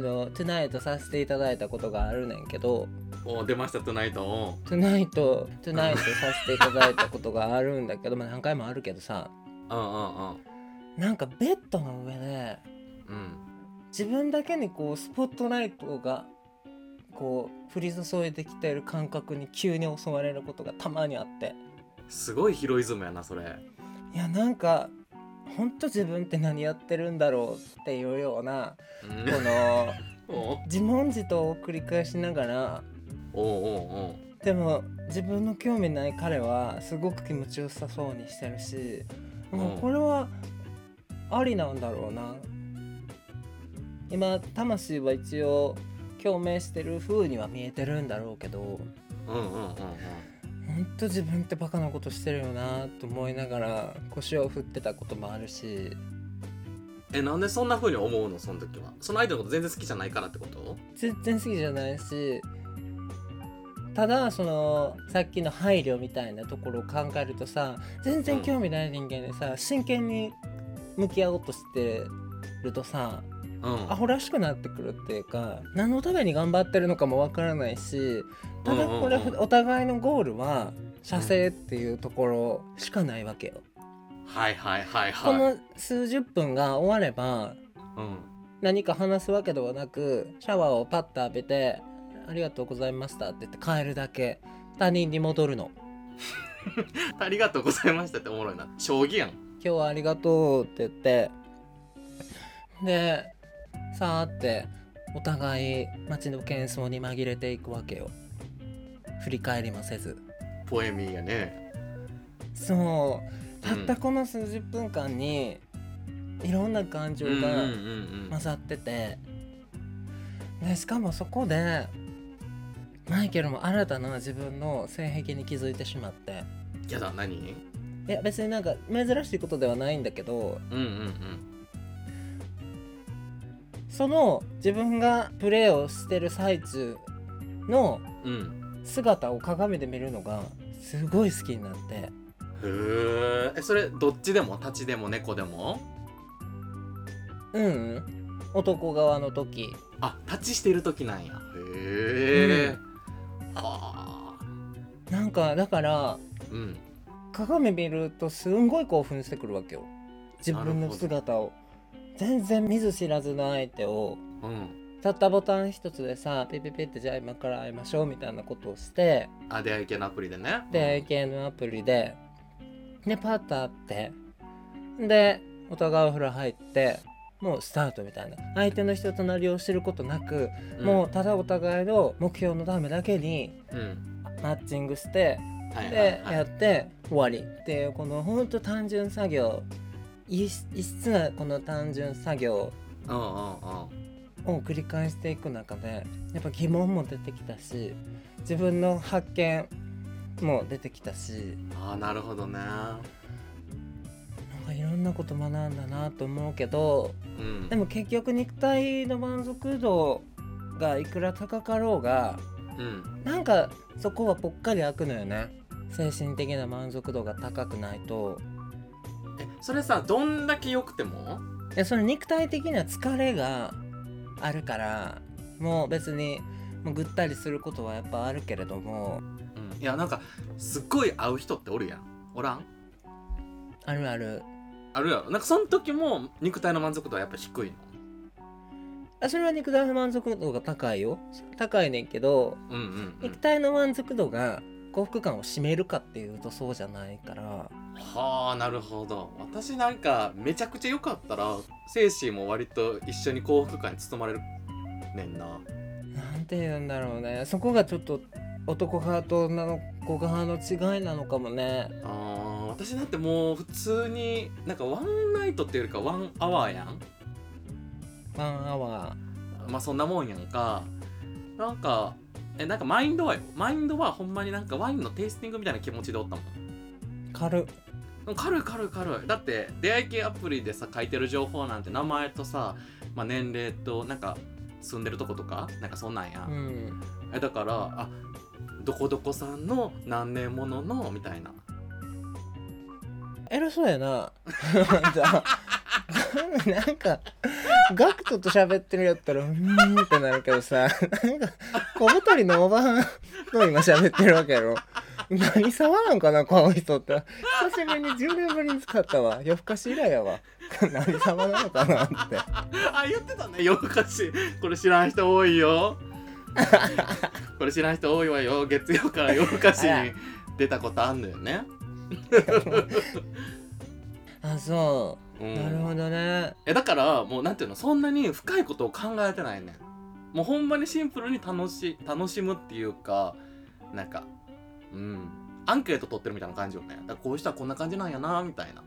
B: のトゥナイトさせていただいたことがあるねんけど
A: お出ましたトゥナイトお
B: トゥナイトトゥナイトさせていただいたことがあるんだけどまあ何回もあるけどさ
A: うんうんうん
B: なんかベッドの上で
A: うん
B: 自分だけにこうスポットライトがこう降り注いできてる感覚に急に襲われることがたまにあって
A: すごいヒロイズムやなそれ
B: いやなんかほんと自分って何やってるんだろうっていうような
A: う
B: こ
A: ん
B: の
A: おう
B: 自問自答を繰り返しながら
A: おうおう
B: でも自分の興味ない彼はすごく気持ちよさそうにしてるしもうこれはありなんだろうな今魂は一応共鳴してる風には見えてるんだろうけど
A: おううんうんうんうん
B: ほんと自分ってバカなことしてるよなと思いながら腰を振ってたこともあるし
A: えなんでそんな風に思うのその時はその相手のこと全然好きじゃないからってこと
B: 全然好きじゃないしただそのさっきの配慮みたいなところを考えるとさ全然興味ない人間でさ真剣に向き合おうとしてるとさ
A: うん
B: アホらしくなってくるっていうか何のために頑張ってるのかもわからないしただこれ
A: うんうんうん
B: お互いのゴールは射精っていうところしかないわけよ。
A: はいはいはい
B: こ
A: はい
B: の数十分が終われば
A: うん
B: 何か話すわけではなくシャワーをパッと浴びて「ありがとうございました」って言って帰るだけ他人に戻るの
A: ありがとうございましたっておもろいな将棋やん
B: 「今日はありがとう」って言ってでさーってお互い街の喧騒に紛れていくわけよ振り返りもせず
A: ポエミーやね
B: そうたっ
A: うん
B: たこの数十分間にいろんな感情
A: うんうん
B: が
A: うんうん
B: 混ざっててでしかもそこでマイケルも新たな自分の性癖に気づいてしまって
A: やだ何
B: いや別になんか珍しいことではないんだけど
A: うんうん
B: その自分がプレーをしてる最中の
A: うんうん
B: 姿を鏡で見るのがすごい好きになって
A: へーえそれどっちでも立ちでも猫でも
B: うんうん男側の時
A: あタッチしてる時なんやへえ、はあ
B: なんかだから
A: うん
B: 鏡見るとすんごい興奮してくるわけよ自分の姿を全然見ず知らずの相手を
A: うん
B: たったボタン一つでさピピピってじゃあ今から会いましょうみたいなことをして
A: あ出会い系のアプリでね
B: 出会い系のアプリででパッと会ってでお互いお風呂入ってもうスタートみたいな相手の人となりを知ることなく、もうただお互いの目標のためだけに
A: うん、うん、
B: マッチングして
A: はいはい
B: で
A: はい
B: やって終わりっていうこのほんと単純作業異質異質なこの単純作業
A: うんうんうん
B: を繰り返していく中でやっぱ疑問も出てきたし自分の発見も出てきたし
A: ああなるほどね
B: なんかいろんなこと学んだなと思うけど
A: うん
B: でも結局肉体の満足度がいくら高かろうが
A: うん
B: なんかそこはぽっかり開くのよね精神的な満足度が高くないと
A: えそれさどんだけ良くても
B: でその肉体的な疲れがあるからもう別にもうぐったりすることはやっぱあるけれども
A: うんいやなんかすっごい会う人っておるやんおらん
B: あるある
A: あるやろなんかその時も肉体の満足度はやっぱ低いの
B: あそれは肉体の満足度が高いよ高いねんけど
A: うんうん、うん
B: 肉、体の満足度が幸福感を占めるかっていうとそうじゃないから
A: はあなるほど私なんかめちゃくちゃ良かったら精神も割と一緒に幸福感に包まれるねんな
B: なんて言うんだろうねそこがちょっと男側と女の子側の違いなのかもね
A: あー私なんてもう普通になんかワンナイトっていうよりかワンアワーやん
B: ワンアワー
A: まあそんなもんやんかなんかえなんかマインドはよマインドはほんまになんかワインのテイスティングみたいな気持ちでおったもん
B: 軽っ
A: 軽い軽い軽いだって出会い系アプリでさ書いてる情報なんて名前とさ、まあ、年齢となんか住んでるとことかなんかそんなんや、
B: うん
A: えだからあどこどこさんの何年もののみた
B: [LAUGHS]
A: いな
B: 偉そうやな [LAUGHS] じゃあ [LAUGHS] なんかガクトと喋ってるやったらうーんってなるけどさなんか小太りのおばはんと今喋ってるわけやろ何様なんかなこの人って久しぶりに10年ぶりに使ったわ夜更かし以来やわ何様なのかなって
A: あ言ってたね夜更かしこれ知らん人多い
B: [LAUGHS]
A: よこれ知らん人多いわよ月曜から夜更かし
B: あら
A: に出たことあんのよね、
B: あそ
A: うん
B: うなるほどね
A: えだからもうなんていうのそんなに深いことを考えてないねんもうほんまにシンプルに楽し楽しむっていうかなんかうんアンケート取ってるみたいな感じよねだからこういう人はこんな感じなんやなみたいな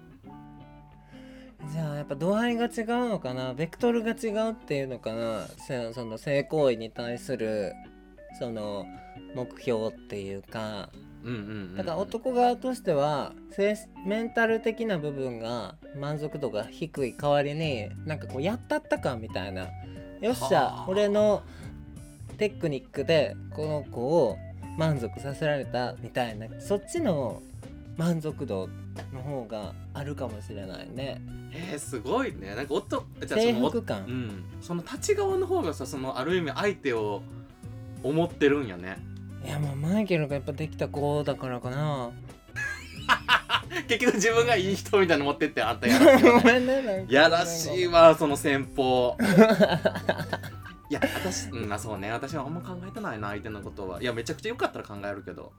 B: じゃあやっぱ度合いが違うのかなベクトルが違うっていうのかなせその性行為に対するその目標っていうか
A: うんうんうんうん
B: だから男側としては、精メンタル的な部分が満足度が低い代わりになんかこうやったった感みたいなよっし
A: はあ
B: ゃ俺のテクニックでこの子を満足させられたみたいなそっちの満足度の方があるかもしれないね
A: えー、すごいねなんか夫じゃあそ
B: 征
A: の夫
B: 服感
A: うんその立ち側の方がさそのある意味相手を思ってるんや [LAUGHS] ね
B: いやもうマイケルがやっぱできた子だからかな
A: 結局自分がいい人みたいなの持ってってあんたや [LAUGHS] らしいよ
B: ご
A: ね
B: めんねなん [LAUGHS] か
A: やらしいわその戦 [LAUGHS] 法いや私うんまあそうね私はあんま考えてないな相手のことはいやめちゃくちゃ良かったら考えるけど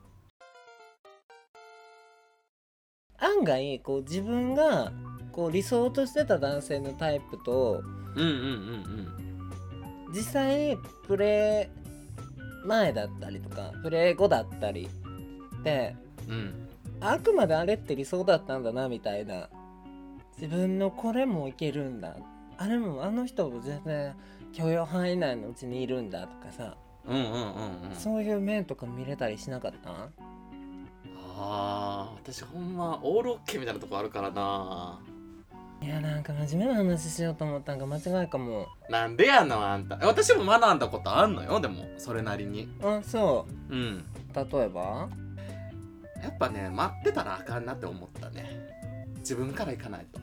B: 案外こう自分がこう理想としてた男性のタイプと
A: うんうんうん
B: 実際プレー前だったりとかプレー後だったりで
A: うんうん
B: あくまであれって理想だったんだなみたいな自分のこれもいけるんだあれもあの人も全然許容範囲内のうちにいるんだとかさ
A: うんうんうんうん
B: そういう面とか見れたりしなかった
A: あー私ほんまオールオッケーみたいなとこあるからない
B: やなんか真面目な話しようと思ったんが間違いかも
A: なんでやのあんたえ私も学んだことあんのよでもそれなりに
B: あそ
A: う
B: う
A: ん
B: 例えば
A: やっぱね待ってたらあかんなって思ったね自分から行かないと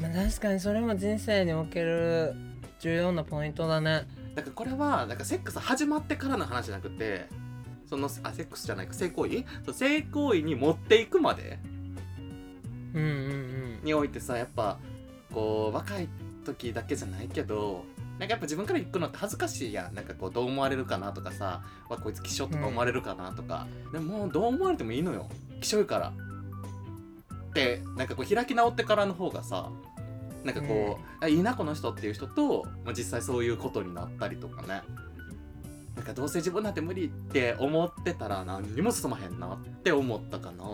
B: まあ、確かにそれも人生における重要なポイントだね
A: だからこれはなんかセックス始まってからの話じゃなくてそのあセックスじゃないか性行為そう性行為に持っていくまで
B: うんうん
A: においてさやっぱこう若い時だけじゃないけどなんかやっぱ自分から行くのって恥ずかしいやんなんかこうどう思われるかなとかさわこいつ気性とか思われるかなとか、でももうどう思われてもいいのよ気性いからってなんかこう開き直ってからの方がさなんかこう、あいいなこの人っていう人と、まあ、実際そういうことになったりとかねなんかどうせ自分なんて無理って思ってたら何にも進まへんなって思ったかな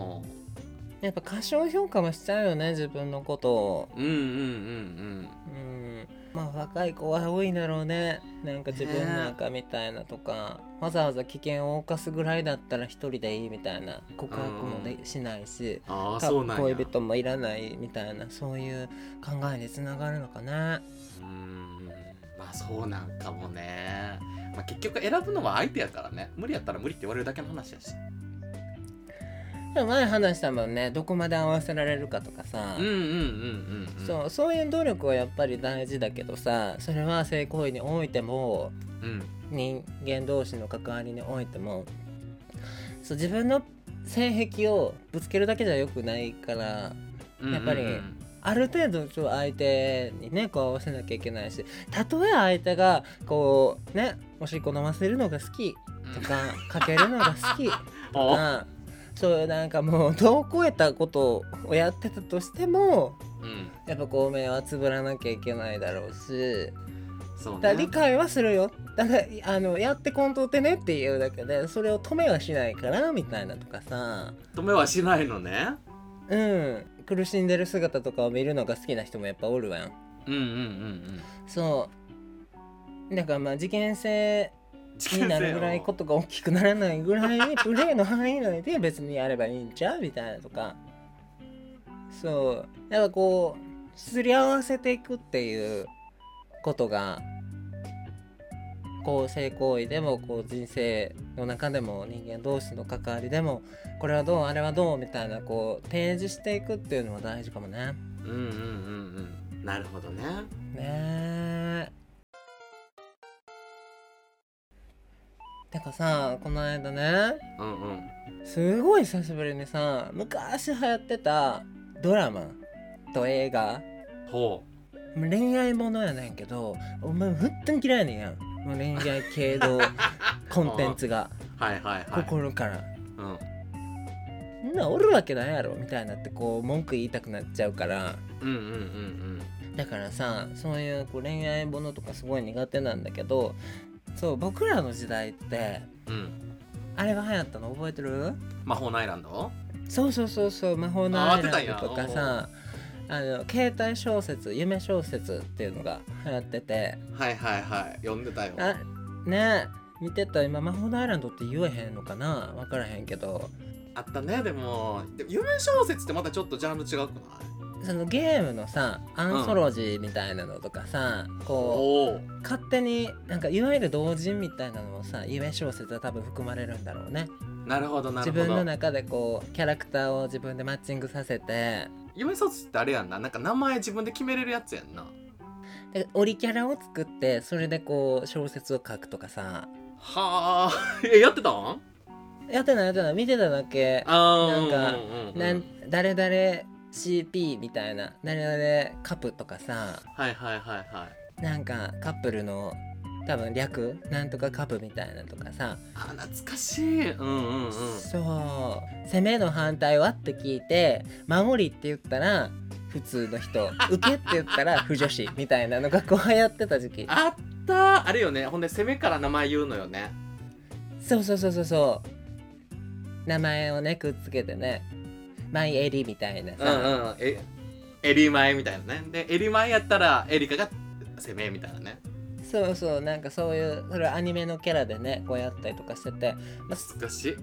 B: やっぱ過小評価もしちゃうよね自分のことを
A: うんうんうん
B: うんまあ若い子は多いんだろうねなんか自分なんかみたいなとか、わざわざ危険を冒すぐらいだったら一人でいいみたいな告白もでしないし、
A: うんああ
B: か
A: そうなんや
B: 恋人もいらないみたいなそういう考えにつながるのかな
A: うーんまあそうなんかもね、まあ、結局選ぶのは相手やからね無理やったら無理って言われるだけの話やし
B: でも前話したもんねどこまで合わせられるかとかさ、
A: うんうんうんうん
B: そうそういう努力はやっぱり大事だけどさそれは性行為においても
A: うん、うん、
B: 人間同士の関わりにおいてもそう自分の性癖をぶつけるだけじゃよくないから
A: うんうんうん
B: やっぱりある程度ちょっと相手にねこう合わせなきゃいけないしたとえ相手がこうねおしっこ飲ませるのが好きと
A: [LAUGHS]
B: かかけるのが好き
A: お
B: あそういうなんかもう度を超えたことをやってたとしても
A: うん
B: やっぱこう目はつぶらなきゃいけないだろうし
A: そう
B: だ
A: ね
B: 理解はするよだからあのやってこんとってねっていうだけでそれを止めはしないからみたいなとかさ
A: 止めはしないのね
B: うん苦しんでる姿とかを見るのが好きな人もやっぱおるわん
A: うんうんうん
B: そうだからまあ事件性
A: うん事
B: になるぐらいことが大きくならないぐらいにプレイの範囲内で別にやればいいんちゃうみたいなとかそうやっぱこうすり合わせていくっていうことがこう性行為でもこう人生の中でも人間同士の関わりでもこれはどうあれはどうみたいなこう提示していくっていうのは大事かもね。
A: うんうんうんうんなるほどね
B: ねえてかさこの間ね
A: うんうん
B: すごい久しぶりにさ昔流行ってたドラマと映画
A: ほ
B: もう恋愛ものやねんけどお前本当に嫌いねんやんもう恋愛系
A: [LAUGHS]
B: のコンテンツが
A: うはいはいはい
B: 心から、
A: うん
B: そんなおるわけないやろみたいになってこう文句言いたくなっちゃうから
A: うんうんうん
B: だからさそういうこう恋愛ものとかすごい苦手なんだけどそう僕らの時代って
A: うんうん
B: あれが流行ったの覚えてる
A: 魔法のアイランド
B: そうそうそうそう魔法の
A: あ
B: アイ
A: 当てたん
B: ラ
A: や
B: ンドとかさあの携帯小説夢小説っていうのが流行ってて
A: はいはいはい読んでたよ
B: あねえ見てた今魔法のアイランドって言えへんのかな分からへんけど
A: あったねでもでも夢小説ってまたちょっとジャンル違くない
B: そのゲームのさアンソロジーみたいなのとかさ、こ
A: おお
B: う勝手になんかいわゆる同人みたいなのもさ夢小説は多分含まれるんだろうね
A: なるほどな
B: 自
A: るほど
B: 分の中でこうキャラクターを自分でマッチングさせて
A: 夢小説ってあれやんななんか名前自分で決めれるやつやんな
B: でオリキャラを作ってそれでこう小説を書くとかさ
A: はあ [LAUGHS] えやってたん
B: やってないやってない見てただけ
A: あ
B: なんか
A: うんうんうん
B: なん誰々 CP みたいな誰々カップとかさ
A: はいはいはいはい
B: なんかカップルの多分略なんとかカップみたいなとかさ、
A: あ懐かしいうんうんうん
B: そう攻めの反対はって聞いて守りって言ったら普通の人受けって言ったら不女子みたいなのがこうやってた時期
A: あったあれよねほんで攻めから名前言うのよね
B: そうそうそうそうそう名前をねくっつけてねマイエリみたいな
A: う
B: さ、
A: んうんえエリマイみたいなねでエリマイやったらエリカが攻めみたいなね
B: そうそうなんかそういうそれはアニメのキャラでねこうやったりとかしてて、まあ
A: 懐かしい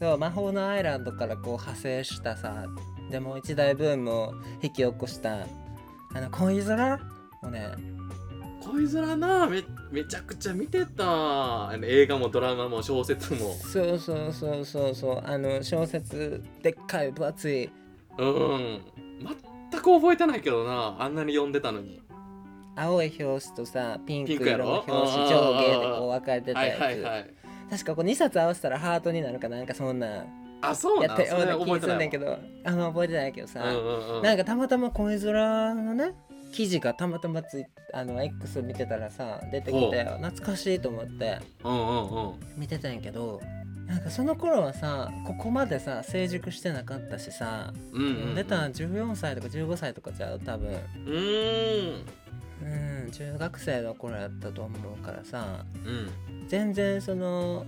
B: そう魔法のアイランドからこう派生したさでもう一大ブームを引き起こしたあの恋空もね
A: 恋空なめめちゃくちゃ見てたあの映画もドラマも小説も
B: そうそうそうそうそうあの小説でっかい分厚い
A: うん全く覚えてないけどなあんなに読んでたのに
B: 青い表紙とさピンク
A: ピンクや
B: 色
A: ろ
B: の表紙上下でこう分かれてた
A: は
B: や
A: い
B: つ、
A: はいはい
B: 確かこう2冊合わせたらハートになるかなんかそんなん
A: あそう
B: や
A: な
B: っ
A: んそ
B: た
A: れ
B: ような気
A: 覚え
B: が
A: て
B: するん
A: な
B: だ
A: い
B: け
A: わ
B: どあんま覚えてないけどさ、
A: うんうんうん
B: なんかたまたま恋空のね記事がたまたまついあの X 見てたらさ出てきて懐かしいと思って
A: うんうんうん
B: 見てたんやけどなんかその頃はさここまでさ成熟してなかったしさ、
A: うんうんうん
B: 出たん14歳とか15歳とかじゃう多分
A: うーん
B: うん中学生の頃やったと思うからさ
A: うん
B: 全然その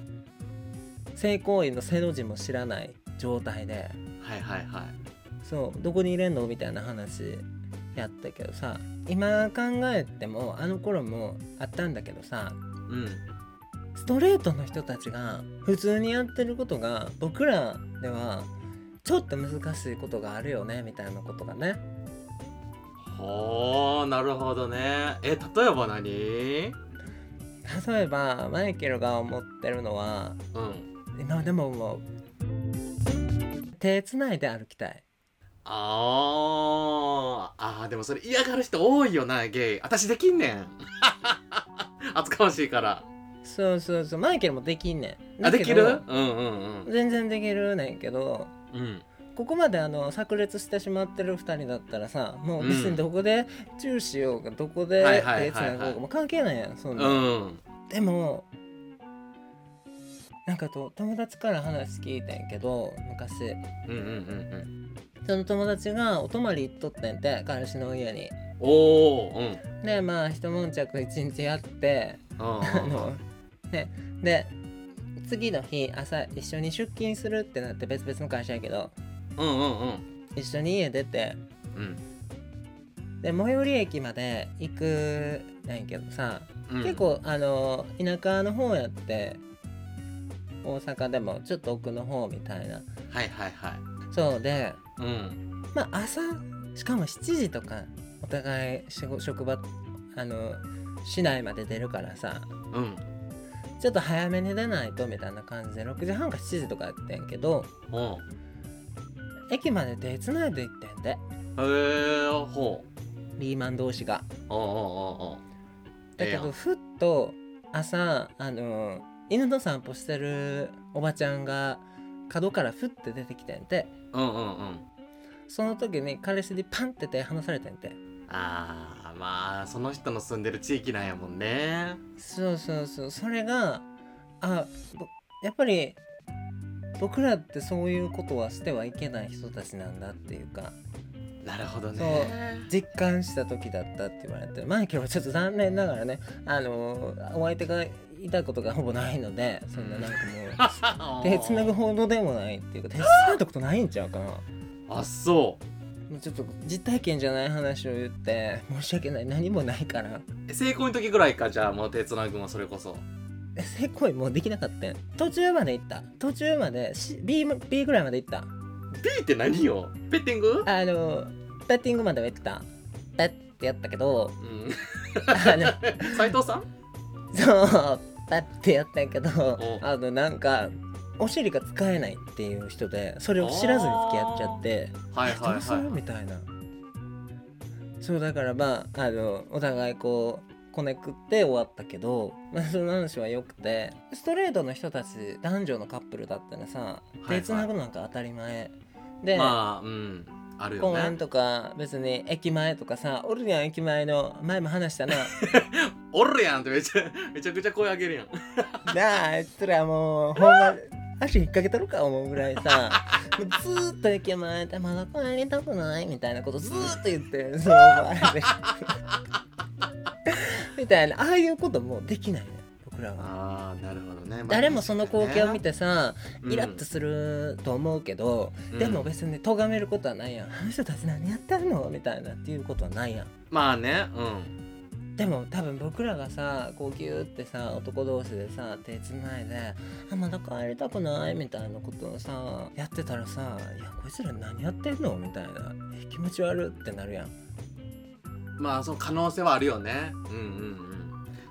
B: 性行為の背の字も知らない状態で
A: はいはいはい
B: そうどこに入れんのみたいな話やったけどさ今考えてもあの頃もあったんだけどさ
A: うん
B: ストレートの人たちが普通にやってることが僕らではちょっと難しいことがあるよねみたいなことがね
A: ほーなるほどねえ例えば何
B: 例えばマイケルが思ってるのは
A: うん
B: 今でももう手つないで歩きたい
A: あーあーでもそれ嫌がる人多いよなゲイ私できんねん [LAUGHS] 厚かましいから
B: そうそうそうマイケルもできんねん
A: あ
B: だ
A: で
B: け
A: き
B: ど
A: るうんうんうん
B: 全然できるねんけど
A: うん
B: ここまであの炸裂してしまってる2人だったらさもう別
A: うん
B: にどこでチューしようがどこで
A: はいはいはいはい
B: 手つなごうがもう関係ないやんそん
A: う
B: なんでもなんかと友達から話聞いてんけど昔
A: うんうんうんうん
B: その友達がお泊まり行っとってんて彼氏の家に
A: おおうんうん
B: でまあ一悶着一日やってあのねで次の日朝一緒に出勤するってなって別々の会社やけど
A: うんうんうん
B: 一緒に家出て
A: うん
B: で最寄り駅まで行くなんやけどさ、
A: うん
B: 結構あの田舎の方やって大阪でもちょっと奥の方みたいな
A: はいはいはい
B: そうで
A: うん
B: まあ朝しかも7時とかお互い仕事職場あの市内まで出るからさ
A: うん
B: ちょっと早めに出ないとみたいな感じで6時半か7時とかやってんけど
A: お
B: 駅まで手つないで行ってんで
A: へえほう
B: リーマン同士が。
A: おうおうおうおう
B: だけ
A: ええや
B: ど
A: ん
B: ふっと朝あの犬の散歩してるおばちゃんが角からふって出てきてんて
A: うんうんうん
B: その時に彼氏にパンって手離されてんて
A: あーまあその人の住んでる地域なんやもんね
B: そうそうそうそれがあぼやっぱり僕らってそういうことはしてはいけない人たちなんだっていうか
A: なるほどね
B: ね実感した時だったって言われてマイケルはちょっと残念ながらねあのお相手がいたことがほぼないのでそんななんかもう。
A: [LAUGHS]
B: 手つなぐほどでもないっていうか手つなぐことないんちゃうかなも
A: あそう
B: うちょっと実体験じゃない話を言って申し訳ない何もないから
A: え成功の時ぐらいかじゃあもう手つなぐもそれこそ
B: えせっこいもうできなかったん途中まで行った途中まで、し B, B ぐらいまで行った
A: B って何よペッティング
B: あのバッティングまでは行ったペッてやったけど
A: うん
B: あの
A: [LAUGHS] 斉藤さん
B: そうペッてやったんやけど
A: お
B: あのなんかお尻が使えないっていう人でそれを知らずに付き合っちゃって
A: はい
B: えど
A: は
B: う
A: い
B: する
A: は
B: みたいなそうだからまああのお互いこうこねくって終わったけど、まあ、その話はよくてストレートの人たち男女のカップルだったらさ
A: はいはい
B: 手つなぐのなんか当たり前
A: い
B: で、
A: まあうんあるよ
B: 公園
A: ね
B: とか別に駅前とかさおるやん駅前の前も話したな
A: おるやんってめちゃめちゃくちゃ声上げるやん
B: なああいつらもうほんま足引っ掛けとるか思うぐらいさ [LAUGHS] もうずーっと駅前でまだ帰りたくないみたいなことずーっと言ってるそうあれでみたいなああいうこともうできないのよ僕らは
A: ああなるほどね
B: 誰もその光景を見てさイラッと
A: と
B: すると思うけど、でも別に咎めることはないやんあの人たち何やってんのみたいなっていうことはないやん
A: まあねうん
B: でも多分僕らがさこうギューってさ男同士でさ手つないで「あまだ帰りたくない」みたいなことをさやってたらさ「いやこいつら何やってんの?」みたいな「え気持ち悪ってなるやん
A: まあその可能性はあるよねうんうんうん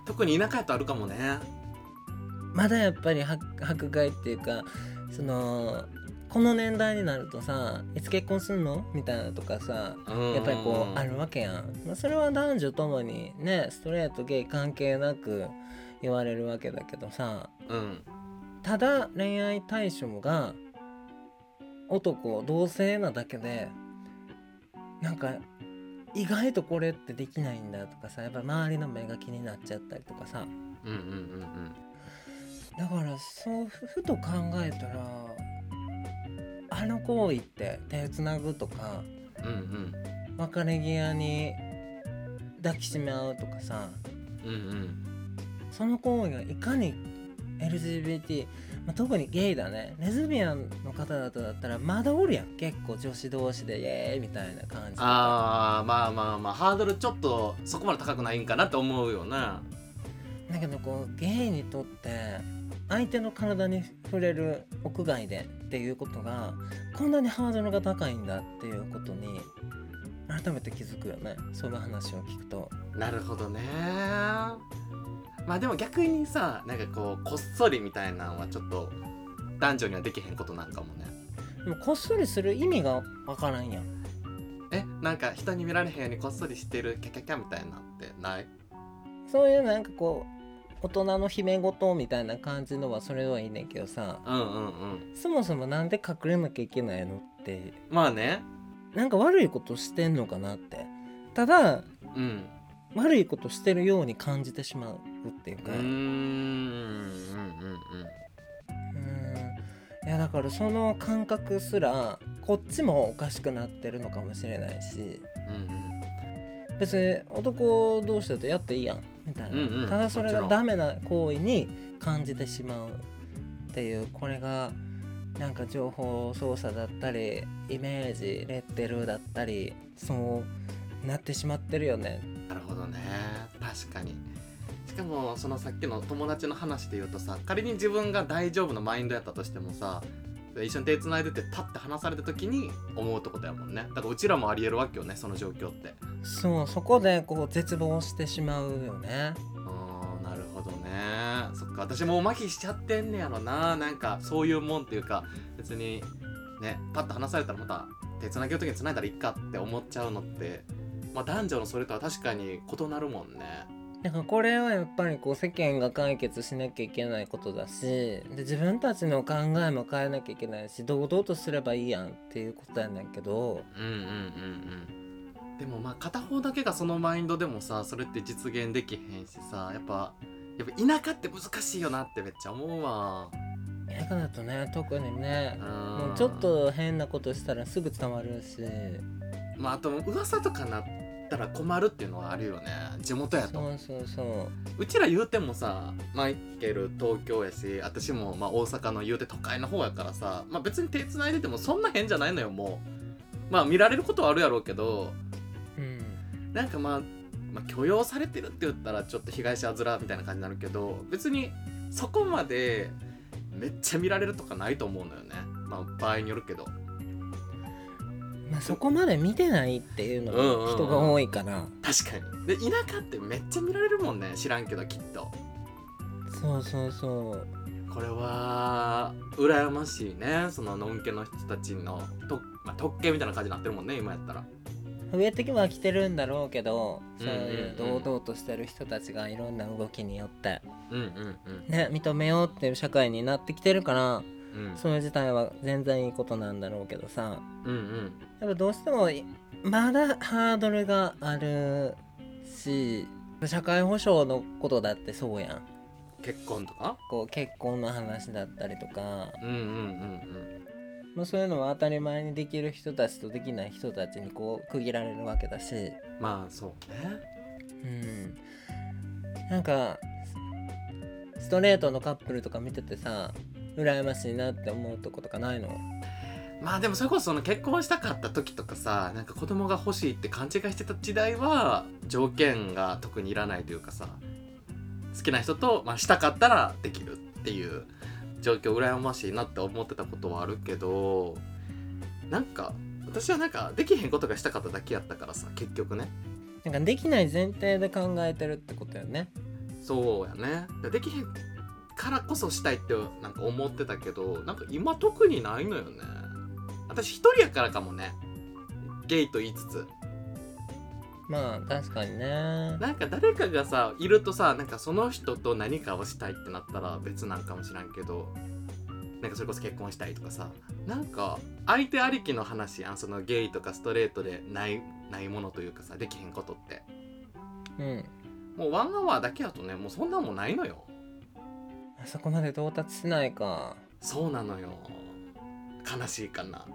A: 特に田舎やとあるかもね
B: まだやっぱり迫迫害っていうかそのこの年代になるとさいつ結婚すんのみたいなとかさやっぱりこうあるわけやん、まあ、それは男女ともにねストレートゲイ関係なく言われるわけだけどさ
A: うん
B: ただ恋愛対象が男同性なだけでなんか意外とこれってできないんだとかさやっぱ周りの目が気になっちゃったりとか
A: う
B: さ
A: んうんうん
B: だからそうふふと考えたらあの行為って手つなぐとか
A: うんうん
B: 別れ際に抱きしめ合うとかさ
A: うんうん
B: その行為がいかに LGBT、まあ、特にゲイだねレズビアンの方だとだったらまだおるやん結構女子同士でイエーイみたいな感じとか
A: あーまあまあまあハードルちょっとそこまで高くないんかなって思うよな
B: だけどこうゲイにとって相手の体に触れる屋外でっていうことがこんなにハードルが高いんだっていうことに改めて気づくよねその話を聞くと。
A: なるほどねまあでも逆にさなんかこうこっそりみたいなのはちょっと男女にはできへんことなんかもね
B: でもこっそりする意味がわからんやん。
A: えなんか人に見られへんようにこっそりしてるキャキャキャみたいなってない
B: そういうなんかこう大人の秘め事みたいな感じのはそれはいいねんけどさ
A: うんうんうん
B: そもそもなんで隠れなきゃいけないのって
A: まあね
B: なんか悪いことしてんのかなってただ
A: うん
B: 悪いことしてるように感じてしまうっていう
A: う
B: か
A: ーんうん
B: う
A: うん
B: ーんいやだからその感覚すらこっちもおかしくなってるのかもしれないし
A: うん
B: 別に男同士だとやっていいやんみたいな、
A: うんうん
B: ただそれが
A: もちろ
B: ダメな行為に感じてしまうっていうこれがなんか情報操作だったりイメージレッテルだったりそうなってしまってるよね
A: うんなるほどね確かにしかもそのさっきの友達の話で言うとさ仮に自分が大丈夫のマインドやったとしてもさ一緒に手繋いでてパッて話された時に思うってことやもんねだからうちらもありえるわけよねその状況って
B: そうそこでこう絶望してしまうよね
A: うんなるほどねそっか私もう麻痺しちゃってんねやろななんかそういうもんっていうか別にねパッと話されたらまた手つなげる時につないだらいっかって思っちゃうのって、まあ、男女のそれとは確かに異なるもんね
B: だからこれはやっぱりこう世間が解決しなきゃいけないことだしで自分たちの考えも変えなきゃいけないし堂々とすればいいやんっていうことやねんけど
A: うんうんうんうんでもまあ片方だけがそのマインドでもさそれって実現できへんしさやっぱやっぱ田舎って難しいよなってめっちゃ思うわ
B: 映画だとね特にねも
A: も
B: うちょっと変なことしたらすぐ捕まるし
A: まああと噂とかなったら困るっていうのはあるよね地元やと
B: そうそうそう
A: うちら言うてもさマイケル東京やし私もまあ大阪の言うて都会の方やからさ、まあ、別に手繋いでてもそんな変じゃないのよもうまあ見られることはあるやろうけど
B: うん
A: なんかまあ、まあ、許容されてるって言ったらちょっと被害者あずらみたいな感じになるけど別にそこまでめっちゃ見られるとかないと思うのよねまあ場合によるけど
B: まあそこまで見てないっていうの
A: うんうんう
B: が
A: ん
B: 人が多いから、
A: 確かにで田舎ってめっちゃ見られるもんね知らんけどきっと
B: そうそうそう
A: これは羨ましいねそののんけの人たちのと、まあ、特権みたいな感じになってるもんね今やったら
B: 増えてきは来てるんだろうけどそういう
A: うんうんう
B: 堂
A: ん
B: 々としてる人たちがいろんな動きによって
A: うんうんう
B: ね認めようっていう社会になってきてるから
A: んうん
B: それ自体は全然いいことなんだろうけどさ
A: うんうん
B: やっぱどうしてもいまだハードルがあるし社会保障のことだってそうやん
A: 結婚とか
B: こう結婚の話だったりとか、
A: うんうんうん
B: まあ、そういうのは当たり前にできる人たちとできない人たちにこう区切られるわけだし、
A: うんまあそうね
B: うん、なんかストレートのカップルとか見ててさ羨ましいなって思うとことかないの
A: まあでもそれこそその結婚したかった時とかさなんか子供が欲しいって勘違いしてた時代は条件が特にいらないというかさ好きな人と、まあ、したかったらできるっていう状況羨ましいなって思ってたことはあるけどなんか私はなんかできへんことがしたかっただけやったからさ結局ね
B: なんかできない前提で考えてるってことよね
A: そうやねできへんからこそしたいってなんか思ってたけどなんか今特にないのよね私一人やからかもねゲイと言いつつ
B: まあ確かにね
A: なんか誰かがさいるとさなんかその人と何かをしたいってなったら別なんかもしらんけどなんかそれこそ結婚したいとかさなんか相手ありきの話やんそのゲイとかストレートでないないものというかさできへんことって
B: うん
A: もうワンアワーだけやとねもうそんなもんないのよ
B: あそこまで到達しないか
A: そうなのよ悲しいかな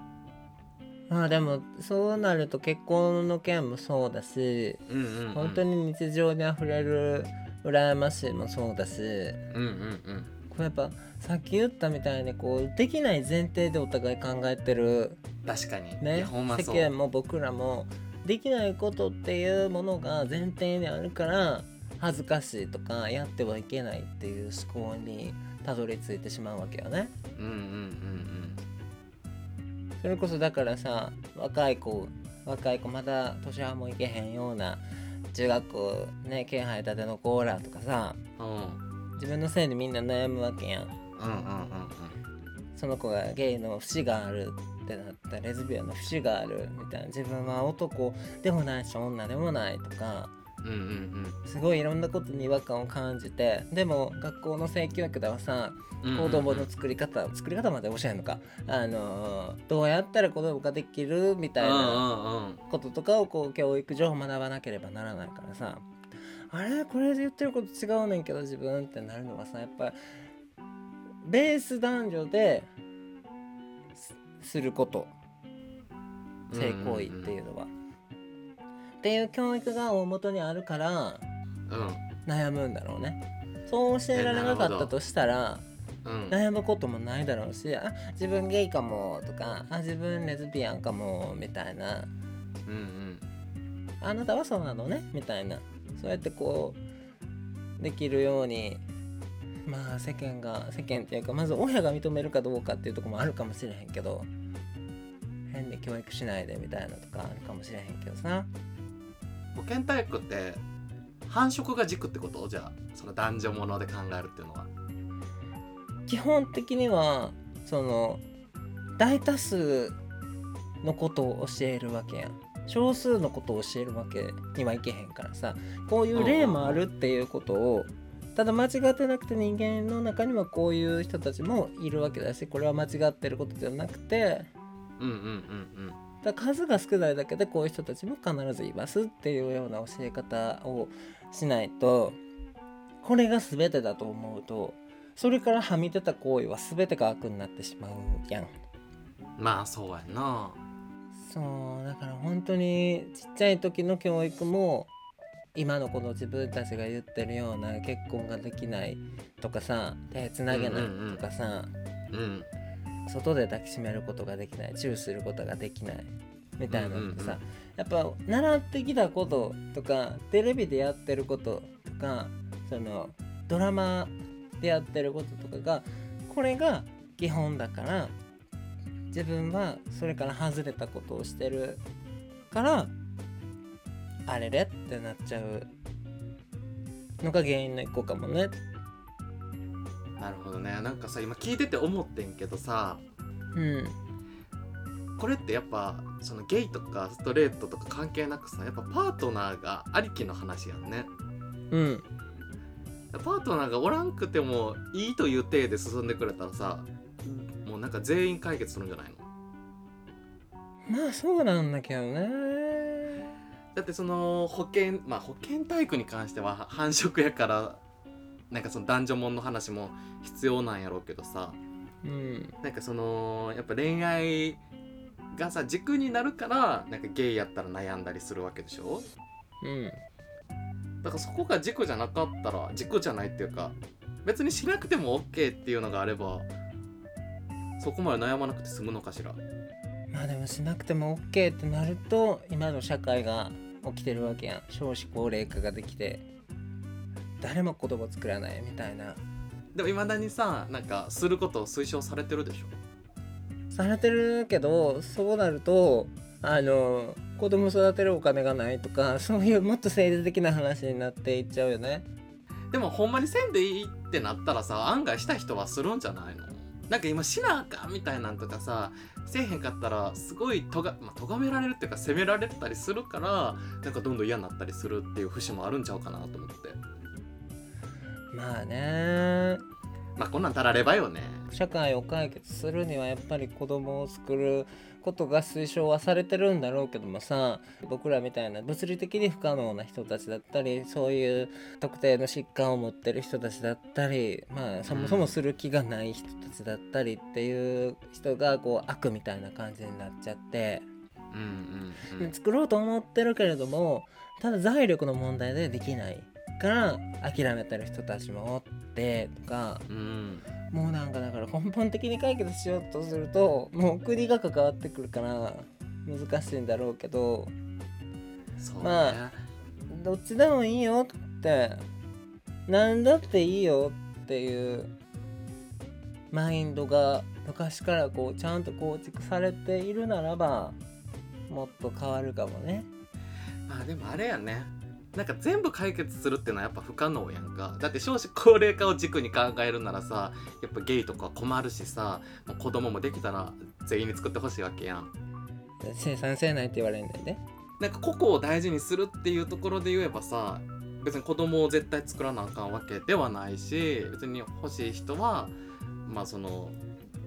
B: まあでもそうなると結婚の件もそうだし
A: うんうん、うん、
B: 本当に日常にあふれる羨ましいもそうだ
A: う
B: し
A: んうん
B: これやっぱさっき言ったみたいにこうできない前提でお互い考えてる
A: うん確かにい
B: ね
A: やほんま
B: 世
A: そう
B: 間も僕らもできないことっていうものが前提にあるから恥ずかしいとかやってはいけないっていう思考にたどり着いてしまうわけよね。
A: うんうんうん
B: それこそだからさ若い子若い子まだ年はもういけへんような中学校ね気配立ての子らとかさ
A: うんうん
B: 自分のせいでみんな悩むわけやん。
A: うんうん
B: その子がゲイの節があるってなったレズビアンの節があるみたいな自分は男でもないし女でもないとか
A: うんうんうん
B: すごいいろんなことに違和感を感じてでも学校の性教育ではさ
A: うんうん
B: 子供の作り方作り方まで教えんのかあのーどうやったら子供ができるみたいな
A: うんうんうん
B: こととかをこう教育上学ばなければならないからさあれこれ言ってること違うねんけど自分ってなるのはさやっぱりベース男女ですすること性行為っていうのは。っていう教育が大元にあるから
A: うん
B: 悩むんだろうねそう教えられなかったとしたら
A: うん
B: 悩むこともないだろうしあ自分ゲイかもとかあ自分レズビアンかもみたいな
A: うんうん
B: あなたはそうなのねみたいなそうやってこうできるようにまあ世間が世間っていうかまず親が認めるかどうかっていうところもあるかもしれへんけど変に教育しないでみたいなとかあるかもしれへんけどさ
A: 保健体育って繁殖が軸ってことじゃあその男女もので考えるっていうのは
B: 基本的にはその大多数のことを教えるわけやん少数のことを教えるわけにはいけへんからさこういう例もあるっていうことをただ間違ってなくて人間の中にはこういう人たちもいるわけだしこれは間違ってることではなくて
A: うんうんうん
B: だから数が少ないだけでこういう人たちも必ずいますっていうような教え方をしないとこれが全てだと思うとそれからはみ出た行為は全てが悪になってしまうやん
A: うんまあそうやな
B: そうだから本当にちっちゃい時の教育も今のこの自分たちが言ってるような結婚ができないとかさ手つなげないとかさ、
A: うん
B: 外で抱きしめることができないチューすることができないみたいなのってさ、やっぱ習ってきたこととかテレビでやってることとかそのドラマでやってることとかがこれが基本だから自分はそれから外れたことをしてるからあれれってなっちゃうのが原因の一個かもね。
A: なるほどねなんかさ今聞いてて思ってんけどさ
B: うん、
A: これってやっぱそのゲイとかストレートとか関係なくさやっぱパートナーがありきの話やんね
B: うん、
A: パートナーがおらんくてもいいという体で進んでくれたらさもうなんか全員解決するんじゃないの
B: まあそうなんだけどね。
A: だってその保険まあ保険体育に関しては繁殖やからなんかその男女もんの話も必要なんやろうけどさ
B: うん
A: なんかそのやっぱ恋愛がさ軸になるからなんかゲイやったら悩んだりするわけでしょ
B: うん
A: だからそこが軸じゃなかったら軸じゃないっていうか別にしなくても OK っていうのがあればそこまで悩まなくて済むのかしら
B: まあでもしなくても OK ってなると今の社会が起きてるわけやん少子高齢化ができて誰も子供作らないみたいな
A: でもいまだにさなんかすることを推奨されてるでしょ
B: されてるけどそうなるとあの子供育てるお金がないとかそういうもっと政治的な話になっていっちゃうよね
A: でもほんまにせんでいいっってなったらさ案外した人はするんじゃないのなんか今しなあかんみたいなんとかさせえへんかったらすごいとが、まあ、咎められるっていうか責められたりするからなんかどんどん嫌になったりするっていう節もあるんちゃうかなと思って
B: まあね
A: まあこんなんたらればよね
B: 社会を解決するにはやっぱり子供を作ることが推奨はされてるんだろうけどもさ僕らみたいな物理的に不可能な人たちだったりそういう特定の疾患を持ってる人たちだったりまあそもそもする気がない人たちだったりっていう人がこう悪みたいな感じになっちゃって
A: うんうん、うん、
B: 作ろうと思ってるけれどもただ財力の問題でできないから諦めてる人たちもおってとか
A: うん
B: もうなんかだから根本的に解決しようとするともう国が関わってくるから難しいんだろうけど
A: そうね、
B: まあどっちでもいいよって何だっていいよっていうマインドが昔からこうちゃんと構築されているならばもっと変わるかもね。
A: まあでもあれやねなんか全部解決するってのはやっぱ不可能やんかだって少子高齢化を軸に考えるならさやっぱゲイとか困るしさもう子供もできたら全員に作ってほしいわけやん
B: 生産性ないって言われるんだよね。
A: なんか個々を大事にするっていうところで言えばさ別に子供を絶対作らなあかんわけではないし別に欲しい人はまあその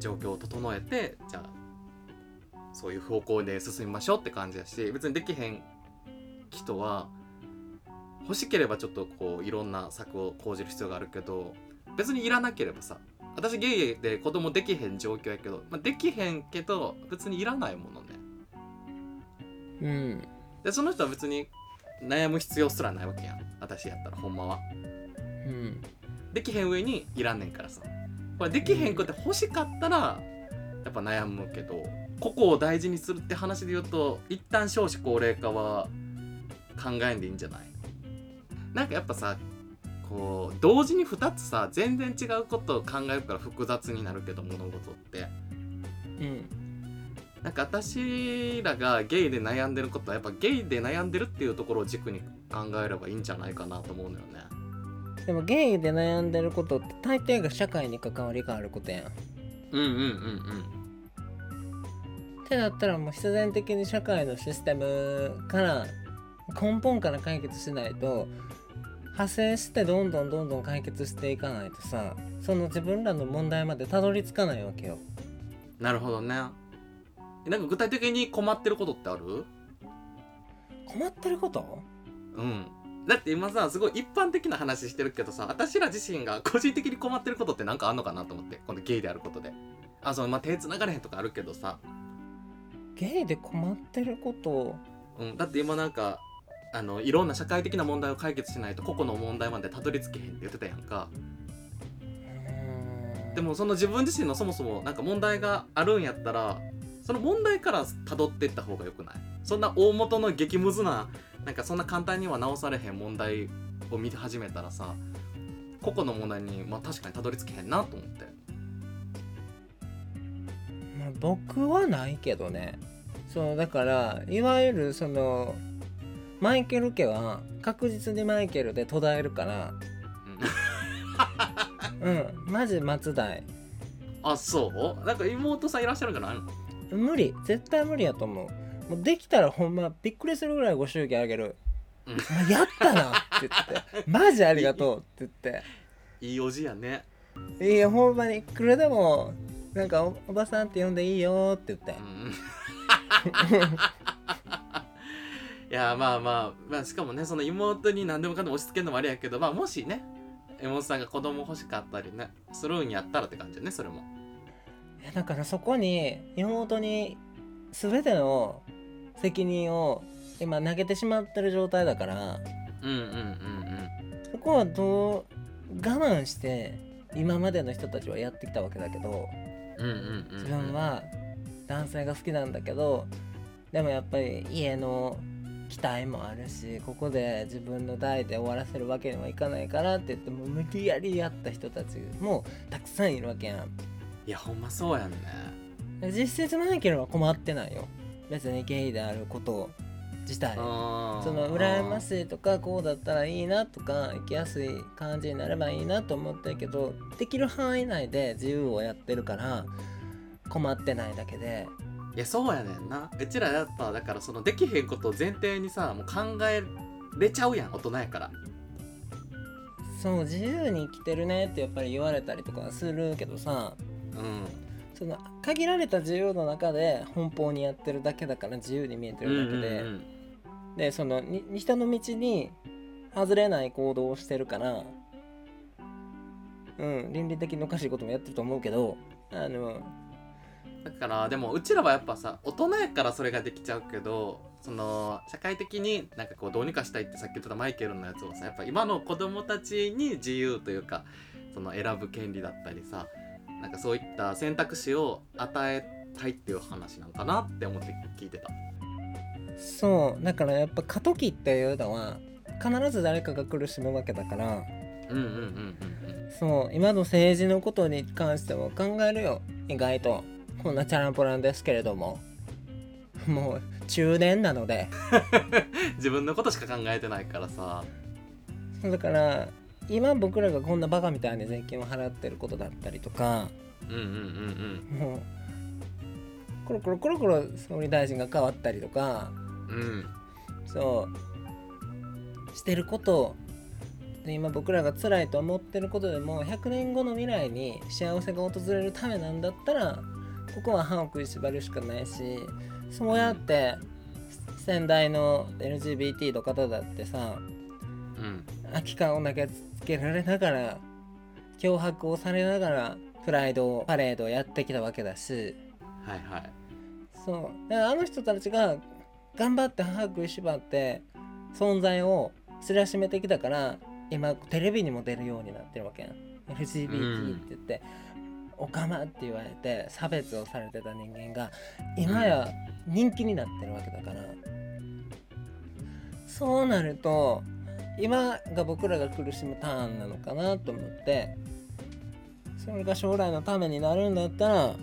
A: 状況を整えてじゃあそういう方向で進みましょうって感じやし別にできへん人は欲しければちょっとこういろんな策を講じる必要があるけど別にいらなければさ私ゲイで子供できへん状況やけど、まあ、できへんけど別にいらないものね
B: うん
A: でその人は別に悩む必要すらないわけやん私やったらほんまは
B: うん
A: できへん上にいらんねんからさこれできへんくて欲しかったらやっぱ悩むけど個々を大事にするって話で言うと一旦少子高齢化は考えんでいいんじゃないなんかやっぱさこう同時に2つさ全然違うことを考えるから複雑になるけど物事って
B: うん
A: なんか私らがゲイで悩んでることはやっぱゲイで悩んでるっていうところを軸に考えればいいんじゃないかなと思うのよね。
B: でもゲイで悩んでることって大抵が社会に関わりがあることやん。っ
A: うんうんうんうん。
B: てなったらもう必然的に社会のシステムから根本から解決しないと派生してどんどんどんどん解決していかないとさその自分らの問題までたどり着かないわけよ。
A: なるほどね。えなんか具体的に困ってることってある
B: 困ってること
A: うん。だって今さすごい一般的な話してるけどさ私ら自身が個人的に困ってることってなんかあんのかなと思ってこのゲイであることで。あそのまあ手つながれへんとかあるけどさ、
B: ゲイで困ってること
A: うん、だって今なんかあのいろんな社会的な問題を解決しないと個々の問題までたどり着けへんって言ってたやんか。
B: うーん
A: でもその自分自身のそもそもなんか問題があるんやったらその問題から辿っていった方がよくないそんな大元の激ムズななんかそんな簡単には直されへん問題を見て始めたらさ個々の問題に、まあ、確かにたどり着けへんなと思って
B: まあ、僕はないけどねそうだからいわゆるそのマイケル家は確実にマイケルで途絶えるから
A: うん
B: うんマジ松代
A: あそうなんか妹さんいらっしゃるんじゃないの
B: 無理絶対無理やと思うもうできたらほんまびっくりするぐらいご祝儀あげる
A: うん
B: 「やったな!」って言って「マジありがとう!」って言っ
A: いいおじやね
B: て「いやほんまにいくらでもなんかおおばさんって呼んでいいよ」って言って
A: うん [LAUGHS] いやまあまあまあしかもねその妹に何でもかんでも押し付けるのもあれやけどまあもしね妹さんが子供欲しかったりねするんやったらって感じよねそれも
B: いやだからそこに妹に全ての責任を今投げてしまってる状態だから
A: うんうんうん
B: そこはどう我慢して今までの人たちはやってきたわけだけど
A: うんうんうんうん
B: 自分は男性が好きなんだけどでもやっぱり家の期待もあるしここで自分の代で終わらせるわけにはいかないからって言ってもう無理やりやった人たちもたくさんいるわけやん。
A: いやほんまそうやんね
B: 実質マイケルは困ってないよ別にゲイであること自体そ
A: そ
B: の羨ま
A: い
B: しいとかこうだったらいいなとか生きやすい感じになればいいなと思ってるけどできる範囲内で自由をやってるから困ってないだけで
A: いやそうやねんなうちらやっぱだからそのできへんことを前提にさもう考えれちゃうやん大人やから
B: そう自由に生きてるねってやっぱり言われたりとかはするけどさ
A: うん
B: その限られた自由の中で奔放にやってるだけだから自由に見えてるだけで、
A: うんうん
B: でそのに下の道に外れない行動をしてるからうん倫理的におかしいこともやってると思うけどあの
A: うんだからでもうちらはやっぱさ大人やからそれができちゃうけどその社会的になんかこうどうにかしたいってさっき言ってたマイケルのやつをさやっぱ今の子供たちに自由というかその選ぶ権利だったりさなんかそういった選択肢を与えたいっていう話なんかなって思って聞いてた。
B: そうだからやっぱ過渡期っていうのは必ず誰かが苦しむわけだから
A: うんうんうんうんうん
B: そう今の政治のことに関しても考えるよ意外とこんなチャランポランですけれどももう中年なので
A: 自分のことしか考えてないからさ
B: だから今僕らがこんなバカみたいに税金を払ってることだったりとか
A: うんうんうん
B: もうコロコロコロコロ総理大臣が変わったりとか
A: うんうん
B: そうしてることで今僕らが辛いと思ってることでも100年後の未来に幸せが訪れるためなんだったらここは歯を食いしばるしかないしそうやって先代の LGBT の方だってさ
A: うん
B: 空き缶を投げつけられながら脅迫をされながらプライドパレードをやってきたわけだし
A: はいはい
B: そうだからあの人たちが頑張って歯食いしばって存在を知らしめてきたから今テレビにも出るようになってるわけやん LGBT って言って、オカマって言われて差別をされてた人間が今や人気になってるわけだから、そうなると今が僕らが苦しむターンなのかなと思ってそれが将来のためになるんだったら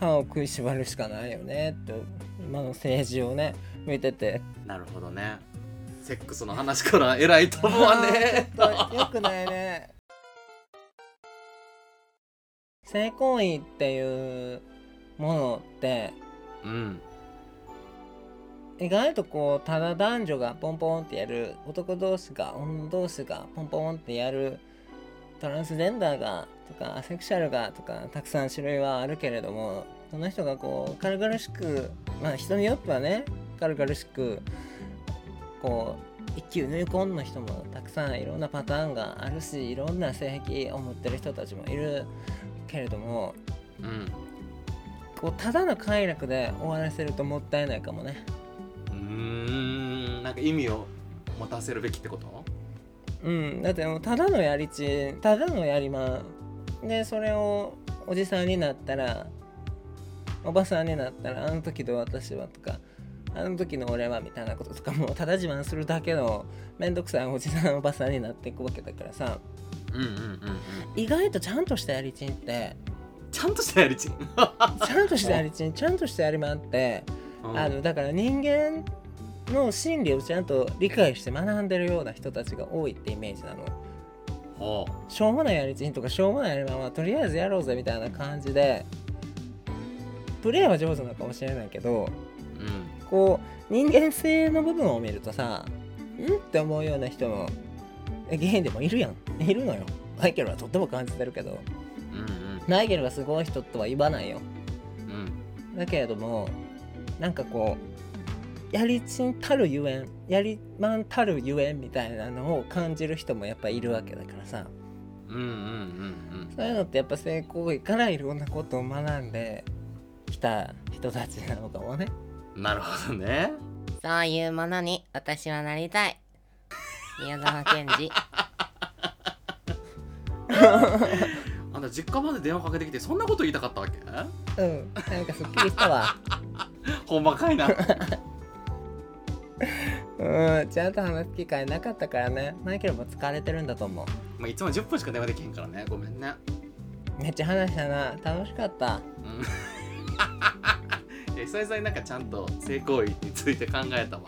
B: 歯を食いしばるしかないよねと今の政治をね見てて
A: なるほどねセックスの話から偉いと思わ [LAUGHS] ね
B: あーちょっと良くない
A: [LAUGHS]
B: ね性行為っていうものって
A: うん
B: 意外とこうただ男女がポンポンってやる男同士が女同士がポンポンってやるトランスジェンダーがとかアセクシャルがとかたくさん種類はあるけれどもその人がこう軽々しくまあ人によってはね軽々しくこう一級入婚の人もたくさんいろんなパターンがあるしいろんな性癖を持ってる人たちもいるけれども
A: うん
B: こうただの快楽で終わらせるともったいないかもね。
A: うーんなんか意味を持たせるべきってこと
B: うん、だってもうただのやりちただのやりまんでそれをおじさんになったらおばさんになったらあの時の私はとかあの時の俺はみたいなこととかもうただ自慢するだけのめんどくさいおじさんおばさんになっていくわけだからさ
A: うんうんうんうん
B: 意外とちゃんとしたやりちんって
A: ちゃんとしたやりちん
B: ちゃんとしたやりちんちゃんとしたやりまんってあのだから人間の心理をちゃんと理解して学んでるような人たちが多いってイメージなの。
A: ほ
B: しょうもないやりちんとかしょうもないやりままとりあえずやろうぜみたいな感じでプレーは上手なのかもしれないけど
A: ううん
B: こう人間性の部分を見るとさんって思うような人もゲイでもいるやんいるのよマイケルはとっても感じてるけど
A: うん
B: マイケルはすごい人とは言わないよ
A: うんうん
B: だけれどもなんかこうやりちんたるゆえんやりまんたるゆえんみたいなのを感じる人もやっぱいるわけだからさ
A: うんうんうん
B: そういうのってやっぱ性行為からいろんなことを学んできた人たちなのかもね。
A: うんなるほどね
C: そういうものに私はなりたい。宮沢賢治。
A: あんた実家まで電話かけてきてそんなこと言いたかったわけ
B: うん、なんかすっきりしたわ。
A: [LAUGHS] ほんまかいな
B: [LAUGHS] うん、ちゃんと話す機会なかったからね。マイケルも疲れてるんだと思
A: [LAUGHS] まあいつも10分しか電話できへんからねごめんね
B: う。めっちゃ話したな。楽しかった。
A: うん [LAUGHS] いや久々になんかちゃんと性行為について考えたわ、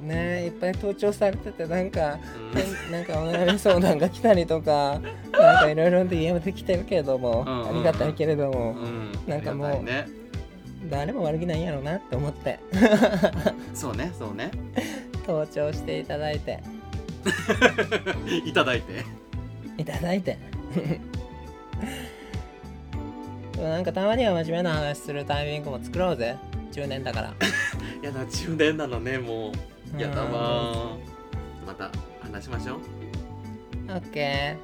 B: ねえいっぱい盗聴されててなんか
A: うん
B: [LAUGHS] 変なんかお悩み相談が来たりとかなんかいろいろ DM で来てるけれども、
A: うんうんうん
B: ありがたいけれども、
A: うん、
B: なんかもう
A: ありがたいね
B: 誰も悪気ないんやろなって思って
A: そうねそうね [LAUGHS]
B: 盗聴していただいて
A: いただいて
B: いただいてでもなんかたまには真面目な話するタイミングも作ろうぜ10年だから
A: いやだ中年なのねもうやだ
B: うん
A: わまた話しましょう
B: オッケ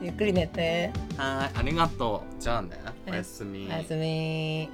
B: ーゆっくり寝て
A: はーいありがとうじゃあねおやす
B: おやすみ